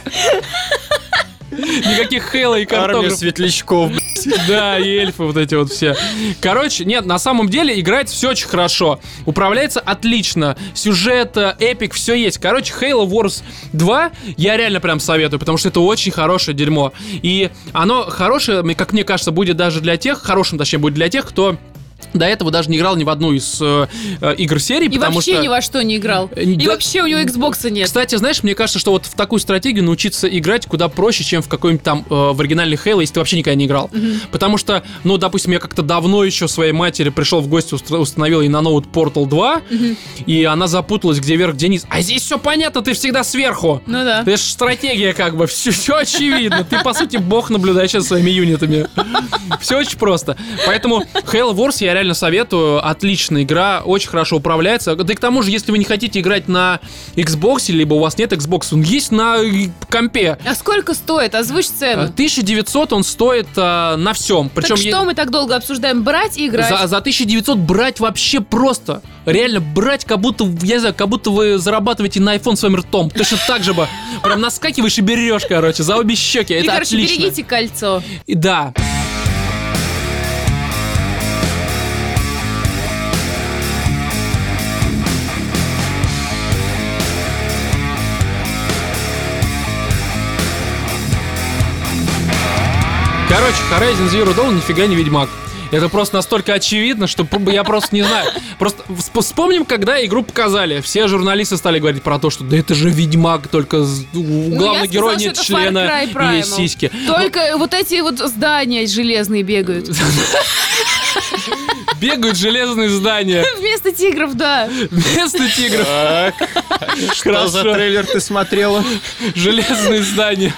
Никаких хейла и Армия картографов. светлячков. блин. Да, и эльфы вот эти вот все. Короче, нет, на самом деле играть все очень хорошо. Управляется отлично. Сюжет, э, эпик, все есть. Короче, Halo Wars 2 я реально прям советую, потому что это очень хорошее дерьмо. И оно хорошее, мне- как мне кажется, будет даже для тех, хорошим точнее будет для тех, кто до этого даже не играл ни в одну из э, э, игр серии, И потому вообще что... ни во что не играл. Э, И да- вообще у него Xboxа нет. Кстати, знаешь, мне кажется, что вот в такую стратегию научиться играть куда проще, чем в какой-нибудь там э, в оригинальный Halo, если ты вообще никогда не играл. Потому что, ну, допустим, я как-то давно еще своей матери пришел в гости, устро- установил ей на ноут Portal 2, и она запуталась, где вверх, где низ. А здесь все понятно, ты всегда сверху. Ну да. Это же стратегия, как бы, все, очевидно. Ты, по сути, бог наблюдаешь за своими юнитами. Все очень просто. Поэтому Halo Wars я реально советую. Отличная игра, очень хорошо управляется. Да и к тому же, если вы не хотите играть на Xbox, либо у вас нет Xbox, он есть на э, компе. А сколько стоит? Озвучь Э, цену. 1900 он стоит э, на всем. Причем так что мы так долго обсуждаем? Брать и играть? за, за 1900 брать вообще просто. Реально брать, как будто, я не знаю, как будто вы зарабатываете на iPhone своим ртом. Точно так же бы. Прям наскакиваешь и берешь, короче, за обе щеки. и, Это короче, отлично. берегите кольцо. И Да. Короче, Horizon Zero Dawn нифига не Ведьмак. Это просто настолько очевидно, что пр- я просто не знаю. Просто всп- вспомним, когда игру показали. Все журналисты стали говорить про то, что да это же Ведьмак, только с- у Ну, я главного сказала, героя что нет это Far члена Cry и есть Primal. сиськи. Только вот эти вот здания железные бегают. Бегают железные здания. Вместо тигров, да. Вместо тигров Так, что за Хорошо. трейлер ты смотрела? железные здания.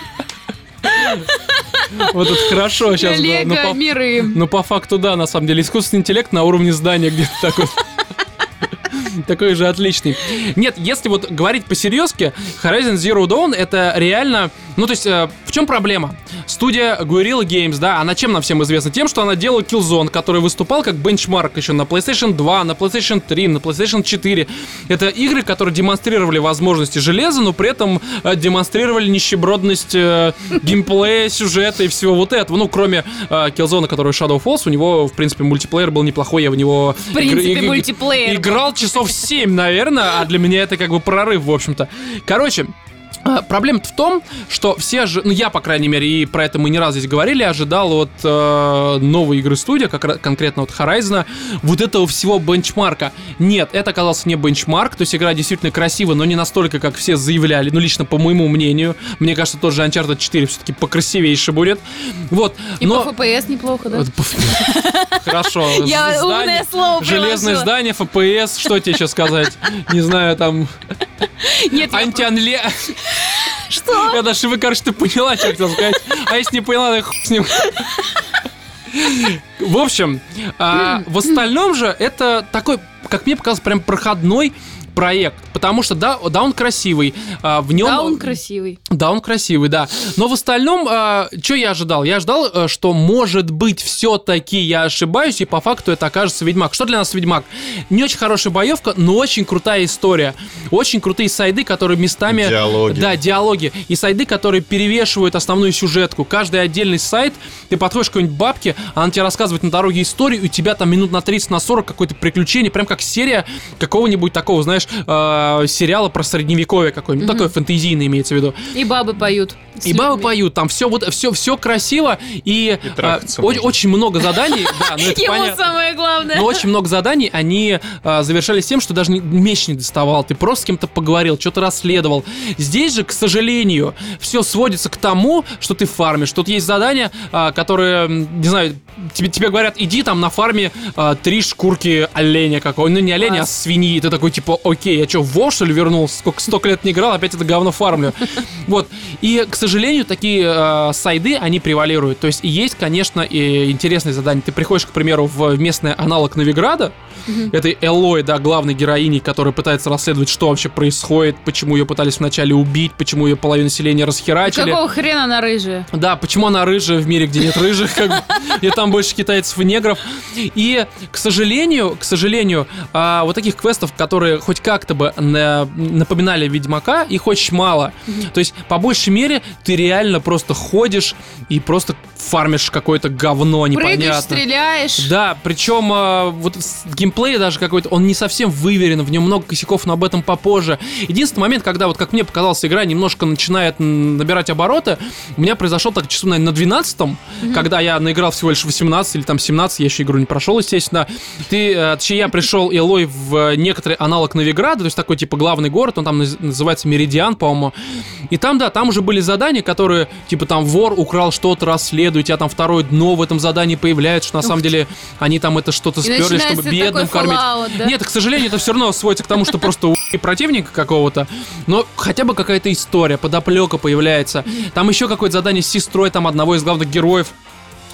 Вот это хорошо сейчас было. Ну, Лего по- миры. Ну, по факту, да, на самом деле. Искусственный интеллект на уровне здания где-то такой. Такой же отличный. Нет, если вот говорить по серьезке, Horizon Zero Dawn это реально... Ну, то есть, э, в чем проблема? Студия Guerrilla Games, да, она чем нам всем известна? Тем, что она делала Killzone, который выступал как бенчмарк еще на PlayStation 2, на PlayStation 3, на PlayStation 4. Это игры, которые демонстрировали возможности железа, но при этом э, демонстрировали нищебродность э, геймплея, сюжета и всего вот этого. Ну, кроме э, Killzone, который Shadow Falls, у него, в принципе, мультиплеер был неплохой, я в него... В принципе, игр- игр- мультиплеер. Играл часов 7, наверное, а для меня это как бы прорыв, в общем-то. Короче, а, Проблема-то в том, что все же, ну я, по крайней мере, и про это мы не раз здесь говорили, ожидал от э, новой игры студия, как ра- конкретно от Horizon, вот этого всего бенчмарка. Нет, это оказался не бенчмарк, то есть игра действительно красива, но не настолько, как все заявляли, ну лично по моему мнению. Мне кажется, тот же Uncharted 4 все-таки покрасивейше будет. Вот, И но... Э, по FPS неплохо, да? Хорошо. Я здание- умное слово Железное приложила. здание, ФПС, что тебе еще сказать? Не знаю, там... Нет, я Антианле... Что? Я даже вы, короче, ты поняла, что я хотел сказать. А если не поняла, то хуй с ним. В общем, а, в остальном же это такой, как мне показалось, прям проходной проект. Потому что, да, да, он красивый. а, в нем... Да, он красивый. Да, он красивый, да. Но в остальном, что я ожидал? Я ожидал, э, что, может быть, все-таки я ошибаюсь, и по факту это окажется Ведьмак. Что для нас Ведьмак? Не очень хорошая боевка, но очень крутая история. Очень крутые сайды, которые местами... Диалоги. Да, диалоги. И сайды, которые перевешивают основную сюжетку. Каждый отдельный сайт, ты подходишь к какой-нибудь бабке, она тебе рассказывает на дороге историю, и у тебя там минут на 30, на 40 какое-то приключение, прям как серия какого-нибудь такого, знаешь, э, сериала про средневековье какой-нибудь. Ну, такое фантазийное имеется в виду. И бабы поют. С И бабы людьми. поют, там все вот все все красиво и, э, трахаться о- можно. очень много заданий, да, ну это Ему понятно. самое главное. Но очень много заданий, они э, завершались тем, что даже не- меч не доставал, ты просто с кем-то поговорил, что-то расследовал. Здесь же, к сожалению, все сводится к тому, что ты фармишь. Тут есть задания, э, которые, м, не знаю, тебе, тебе говорят, иди там на фарме э, три шкурки оленя какого ну не оленя, а Класс. свиньи. И ты такой, типа, окей, я что, в WoW, что ли вернулся? Сколько столько лет не играл, опять это говно фармлю. Вот. И, к сожалению, такие э, сайды, они превалируют. То есть и есть, конечно, и интересные задания. Ты приходишь, к примеру, в местный аналог Новиграда, этой Эллой, да, главной героиней, которая пытается расследовать, что вообще происходит, почему ее пытались вначале убить, почему ее половину населения расхерачили. Какого хрена она рыжая? Да, почему она рыжая в мире, где нет рыжих, как бы, и там больше китайцев и негров. И, к сожалению, к сожалению, а, вот таких квестов, которые хоть как-то бы на- напоминали Ведьмака, их очень мало. То есть, по большей мере, ты реально просто ходишь и просто фармишь какое-то говно Прыгаешь, непонятно. стреляешь. Да, причем э, вот с- геймплей даже какой-то, он не совсем выверен, в нем много косяков, но об этом попозже. Единственный момент, когда вот, как мне показалось, игра немножко начинает м, набирать обороты, у меня произошел так часу, наверное, на 12 когда я наиграл всего лишь 18 или там 17, я еще игру не прошел, естественно. Ты, э, точнее, я пришел, Элой, в э, некоторый аналог Новиграда, то есть такой, типа, главный город, он там наз- называется Меридиан, по-моему. И там, да, там уже были задания, которые, типа, там вор украл что-то, расследуй, у тебя там второе дно в этом задании появляется, что на самом деле они там это что-то И сперли, начинается чтобы бедным такой кормить. Fallout, да? Нет, к сожалению, это все равно сводится к тому, что просто у**и противника какого-то, но хотя бы какая-то история, подоплека появляется. Там еще какое-то задание с сестрой там одного из главных героев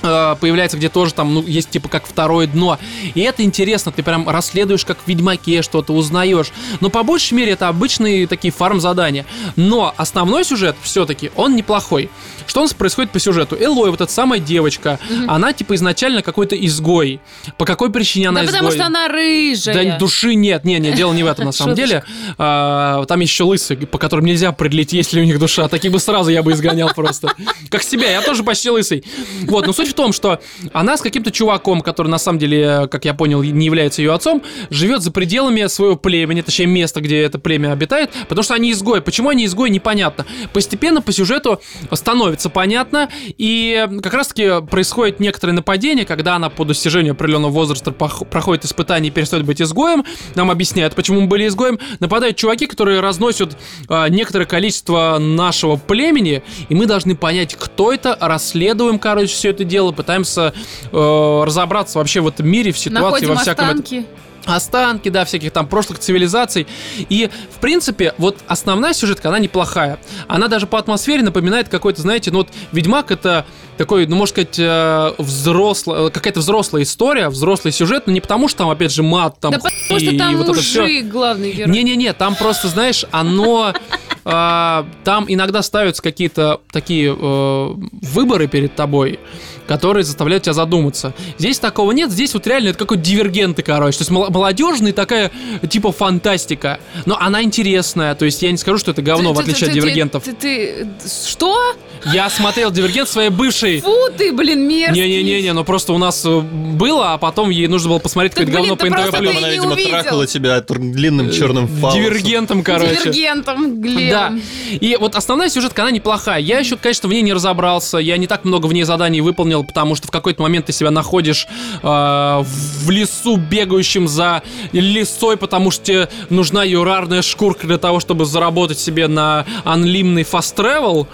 э, появляется, где тоже там, ну, есть типа как второе дно. И это интересно, ты прям расследуешь, как в Ведьмаке что-то узнаешь. Но по большей мере это обычные такие фарм-задания. Но основной сюжет все-таки, он неплохой. Что у нас происходит по сюжету? Элой, вот эта самая девочка, она типа изначально какой-то изгой. По какой причине она Да потому изгой? что она рыжая. Да души нет, не, не, дело не в этом на самом Шуточка. деле. А, Там еще лысые, по которым нельзя определить, есть ли у них душа. Таких бы сразу я бы изгонял просто. Как себя, я тоже почти лысый. Вот, но суть в том, что она с каким-то чуваком, который на самом деле, как я понял, не является ее отцом, живет за пределами своего племени, точнее места, где это племя обитает, потому что они изгои. Почему они изгои, непонятно. Постепенно по сюжету становится понятно, и как раз-таки происходит некоторое нападение, когда она по достижению определенного возраста пох- проходит испытание и перестает быть изгоем. Нам объясняют, почему мы были изгоем. Нападают чуваки, которые разносят а, некоторое количество нашего племени, и мы должны понять, кто это, расследуем, короче, все это дело, пытаемся э, разобраться вообще в этом мире, в ситуации, Находим во всяком этом останки. останки, да, всяких там прошлых цивилизаций. И, в принципе, вот основная сюжетка, она неплохая. Она даже по атмосфере напоминает какой-то, знаете, ну вот Ведьмак это такой, ну, можно сказать, э, взрослая, какая-то взрослая история, взрослый сюжет, но не потому, что там, опять же, мат, там, да хуй потому что и там вот это все. мужик главный герой. Не-не-не, там просто, знаешь, оно... а, Там иногда ставятся какие-то такие э, выборы перед тобой, которые заставляют тебя задуматься. Здесь такого нет, здесь вот реально это какой-то дивергенты, короче. То есть мол- молодежный такая типа фантастика. Но она интересная, то есть я не скажу, что это говно, в Ты- ты- отличие от ты- ты- дивергентов. Ты, ты- что? Я смотрел дивергент своей бывшей. Фу ты, блин, мерзкий. Не-не-не-не, но просто у нас э, было, а потом ей нужно было посмотреть Так, какое-то блин, говно по ты НТВ+. просто плюс. ты Она, не видимо, увидел. трахала тебя тур- длинным черным Э, фалосом. Дивергентом, короче. Дивергентом, Глебом. Да. И вот основная сюжетка, она неплохая. Я еще, конечно, в ней не разобрался. Я не так много в ней заданий выполнил, потому что в какой-то момент ты себя находишь э, в лесу, бегающим за лесой, потому что тебе нужна юрарная шкурка для того, чтобы заработать себе на анлимный fast travel.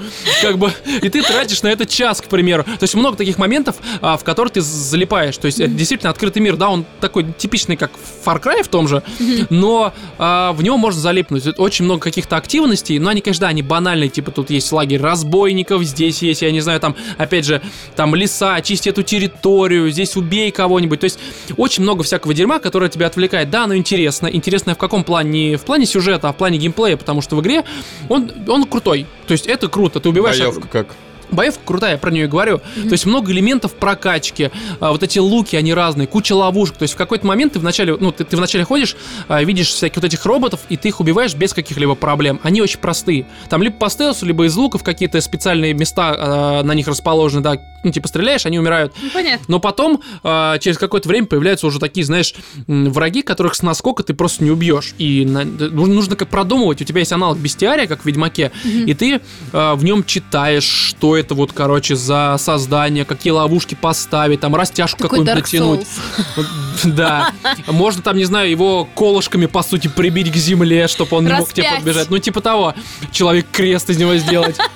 Как бы, и ты тратишь на это час, к примеру. То есть много таких моментов, а, в которые ты залипаешь. То есть это действительно открытый мир. Да, он такой типичный, как в Far Cry в том же, но а, в него можно залипнуть. Тут Очень много каких-то активностей, но они, конечно, да, они банальные, типа тут есть лагерь разбойников, здесь есть, я не знаю, там, опять же, там леса, очисти эту территорию, здесь убей кого-нибудь. То есть очень много всякого дерьма, которое тебя отвлекает. Да, но интересно. Интересно в каком плане? Не в плане сюжета, а в плане геймплея, потому что в игре он, он крутой. То есть это круто, ты убиваешь... Боевка как. Боевка крутая, я про нее и говорю. То есть много элементов прокачки. а, вот эти луки, они разные, куча ловушек. То есть в какой-то момент ты вначале, ну, ты, ты вначале ходишь, а, видишь всяких вот этих роботов, и ты их убиваешь без каких-либо проблем. Они очень простые. Там либо по стелсу, либо из луков какие-то специальные места а, на них расположены, да. Ну, типа стреляешь, они умирают. Ну, понятно. Но потом, а, через какое-то время, появляются уже такие, знаешь, м, враги, которых с наскока ты просто не убьешь. И на- ну, нужно как продумывать. У тебя есть аналог бестиария, как в Ведьмаке, и ты а, в нем читаешь, что это вот, короче, за создание, какие ловушки поставить, там растяжку Такой какую-нибудь Dark натянуть. Souls. Да. Можно там, не знаю, его колышками, по сути, прибить к земле, чтобы он не мог к тебе Распять. подбежать. Ну, типа того. Человек-крест из него сделать.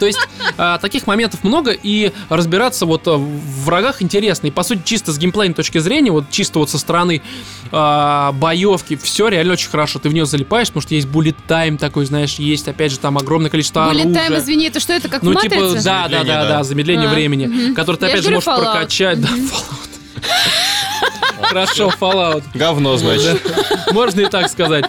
То есть а, таких моментов много, и разбираться вот а, в врагах интересно. И по сути, чисто с геймплейной точки зрения, вот чисто вот со стороны а, боевки, все реально очень хорошо. Ты в нее залипаешь, потому что есть bullet time такой, знаешь, есть опять же там огромное количество Bullet оружия. time, извини, это что, это как Ну, в типа, «Матрице»? да, да, да, Замедление, да, да. замедление А, времени, которое ты Я опять же же говорю, можешь Fallout. прокачать. Да, Fallout. Хорошо, Fallout. Говно, значит. Можно и так сказать.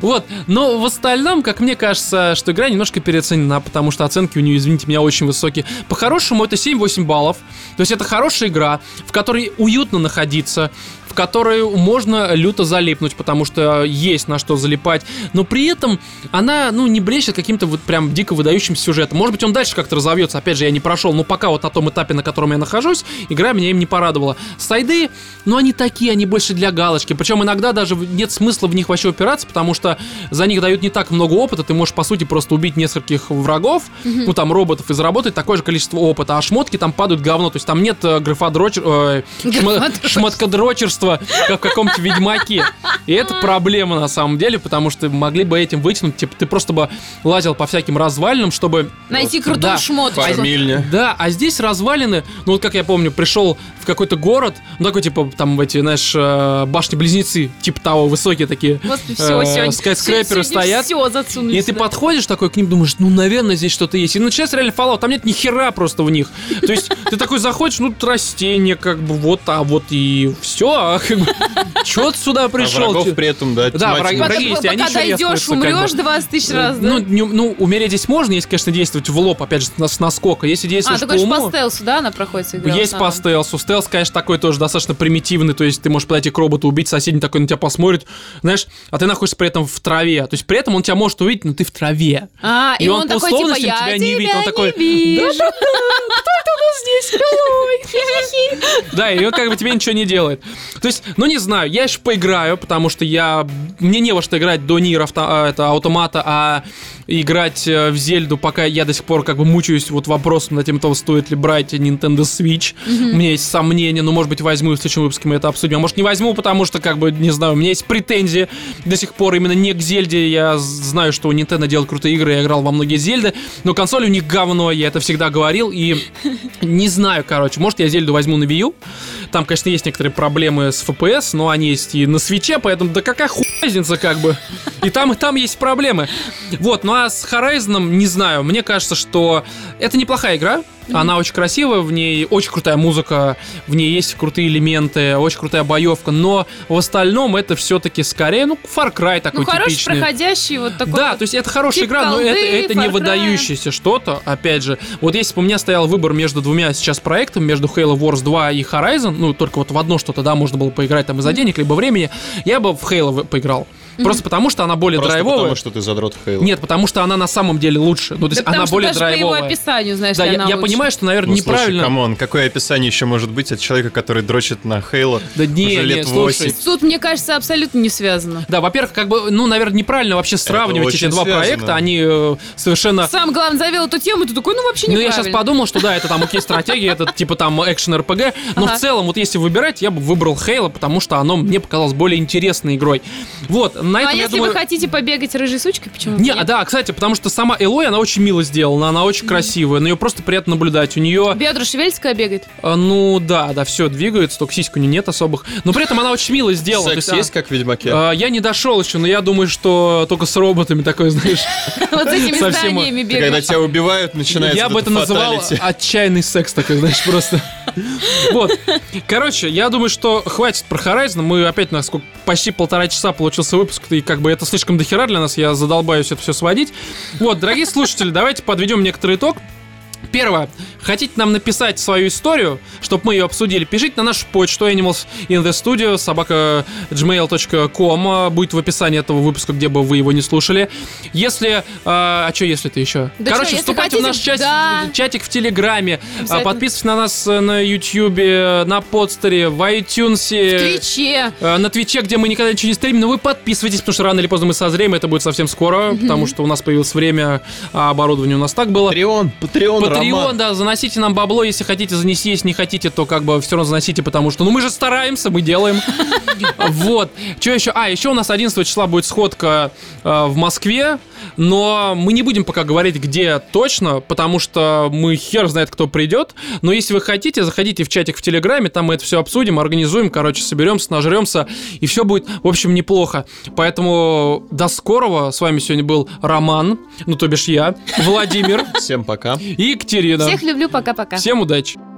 Вот, но в остальном, как мне кажется, что игра немножко переоценена, потому что оценки у нее, извините меня, очень высокие. По-хорошему, это 7-8 баллов. То есть это хорошая игра, в которой уютно находиться, в которую можно люто залипнуть, потому что э, есть на что залипать. Но при этом она, ну, не блещет каким-то вот прям дико выдающим сюжетом. Может быть, он дальше как-то разовьется. Опять же, я не прошел, но пока вот на том этапе, на котором я нахожусь, игра меня им не порадовала. Сайды, ну, они такие, они больше для галочки. Причем иногда даже в- нет смысла в них вообще упираться, потому что за них дают не так много опыта. Ты можешь, по сути, просто убить нескольких врагов, ну, там, роботов, и заработать такое же количество опыта. А шмотки там падают говно. То есть там нет э, графодрочер... э, шма- Графодрочерства. шмоткодрочерства, как в каком-то Ведьмаке. И это проблема на самом деле, потому что могли бы этим вытянуть. Типа, ты просто бы лазил по всяким развалинам, чтобы... Найти Вот, крутую да. шмотку. Фармильня. Да, а здесь развалины, ну вот как я помню, пришел в какой-то город, ну такой типа там в эти, знаешь, э, башни-близнецы, типа того, высокие такие. Господи, все, Э, сегодня. скайскрэперы стоят. Все засунули. И ты сюда. подходишь такой к ним, думаешь, ну, наверное, здесь что-то есть. И начинается реально Fallout, там нет ни хера просто в них. То есть ты такой заходишь, ну, тут растение, как бы, вот, а вот и все. Как бы, Чё ты сюда А пришел? врагов при этом, да, Да, тьма враги- тьма. враги Потом, есть, и они пока еще дойдешь, резкаются, как умрешь 20 тысяч раз, да? А, Ну, не- ну, умереть здесь можно, если, конечно, действовать в лоб, опять же, на- с наскока. Если а, действуешь ты по говоришь, уму... по стелсу, да, она проходит игра? Есть в по основном? стелсу. Стелс, конечно, такой тоже достаточно примитивный. То есть ты можешь подойти к роботу, убить соседний, такой на тебя посмотрит. Знаешь, а ты находишься при этом в траве. То есть при этом он тебя может увидеть, но ты в траве. А, и, И он, он по такой, типа, условностям я тебя тебя не видит, он такой, вижу. «Да-да-да, кто это у нас здесь? Ой, Да, и он как бы тебе ничего не делает. То есть, ну не знаю, я еще поиграю, потому что я... Мне не во что играть до Нир авто- а, это, Автомата, а играть э, в Зельду, пока я до сих пор как бы мучаюсь вот вопросом на тем, того, стоит ли брать Nintendo Switch. У меня есть сомнения, но, может быть, возьму, и в следующем выпуске мы это обсудим. А может, не возьму, потому что, как бы, не знаю, у меня есть претензии до сих пор именно не к Зельде. Я знаю, что Nintendo делает крутые игры, я играл во многие Зельды, но консоль у них говно, я это всегда говорил, и не знаю, короче, может, я Зельду возьму на Wii U. Там, конечно, есть некоторые проблемы с FPS, но они есть и на свече, поэтому да какая хуй разница, как бы. И там, и там есть проблемы. Вот, ну а с Horizon, не знаю, мне кажется, что это неплохая игра. Она очень красивая, в ней очень крутая музыка, в ней есть крутые элементы, очень крутая боевка, но в остальном это все-таки скорее, ну, Far Cry такой Ну, хороший, типичный. проходящий, вот такой. Да, вот. то есть это хорошая Тип игра, но колды, это, это не Far Cry. выдающееся что-то, опять же. Вот если бы у меня стоял выбор между двумя сейчас проектами, между Halo Wars 2 и Horizon, ну, только вот в одно что-то, да, можно было поиграть там из-за денег, либо времени, я бы в Halo в- поиграл. Просто потому, что она более Просто драйвовая. потому, что ты задрот в Halo. Нет, потому что она на самом деле лучше. Ну, то Да есть потому она что более даже по его драйвовая. описанию, знаешь, Да, ли, я, она я лучше. понимаю, что, наверное, Ну, слушай, неправильно. камон, какое описание еще может быть от человека, который дрочит на Хейла да не, уже не, лет слушай. 8? Тут, мне кажется, абсолютно не связано. Да, во-первых, как бы, ну, наверное, неправильно вообще сравнивать эти очень два связано. проекта. Они э, совершенно Сам, главное, завел эту тему, и ты такой, ну, вообще Ну, не я сейчас подумал, что да, это там окей, стратегия, это типа там экшен РПГ, но Ага. в целом, вот если выбирать, я бы выбрал Хейла, потому что оно мне показалось более интересной игрой. Вот, на Ну, а этом, я если думаю... вы хотите побегать рыжей сучкой, почему бы Не, нет? а да, кстати, потому что сама Элой, она очень мило сделана, она очень красивая, но ее просто приятно наблюдать. У нее, Бедра шевелится, когда бегает. э, ну да, да, все двигается, только сиську не нет особых, но при этом она очень мило сделана. то Секс есть есть, как в Ведьмаке? а, э, Я не дошел еще, но я думаю, что только с роботами такое, знаешь. Вот с этими Совсем, зданиями Ты Когда бегает. тебя убивают, начинается Я бы вот это это называл фаталити. отчаянный секс такой, знаешь, просто. Вот. Короче, я думаю, что хватит про Horizon. Мы опять, на сколько, почти полтора часа получился выпуск, и как бы это слишком дохера для нас, я задолбаюсь это все сводить. Вот, дорогие слушатели, давайте подведем некоторый итог. Первое. Хотите нам написать свою историю, чтобы мы ее обсудили, пишите на нашу почту animals in the studio собака gmail.com а, будет в описании этого выпуска, где бы вы его не слушали. Если... А, а что если ты еще? Да Короче, чё, если вступайте в наш хотите, чат- да. чатик в Телеграме, а, Обязательно. подписывайтесь на нас э, на Ютьюбе, э, на подстере, в В iTunes. Твиче. э, На Твиче, где мы никогда ничего не стримим, но вы подписывайтесь, потому что рано или поздно мы созреем, это будет совсем скоро, потому что у нас появилось время, а оборудование у нас так было. Патреон, Патреон, Патреон, Роман. да, заносите нам бабло, если хотите, занеси, если не хотите, то как бы все равно заносите, потому что, ну, мы же стараемся, мы делаем. Вот. Что еще? А, еще у нас 11 числа будет сходка э, в Москве, но мы не будем пока говорить, где точно, потому что мы хер знает, кто придет. Но если вы хотите, заходите в чатик в Телеграме, там мы это все обсудим, организуем, короче, соберемся, нажремся, и все будет, в общем, неплохо. Поэтому до скорого. С вами сегодня был Роман, ну, то бишь я, Владимир Всем пока. и Екатерина. Всех люблю, пока-пока. Всем удачи!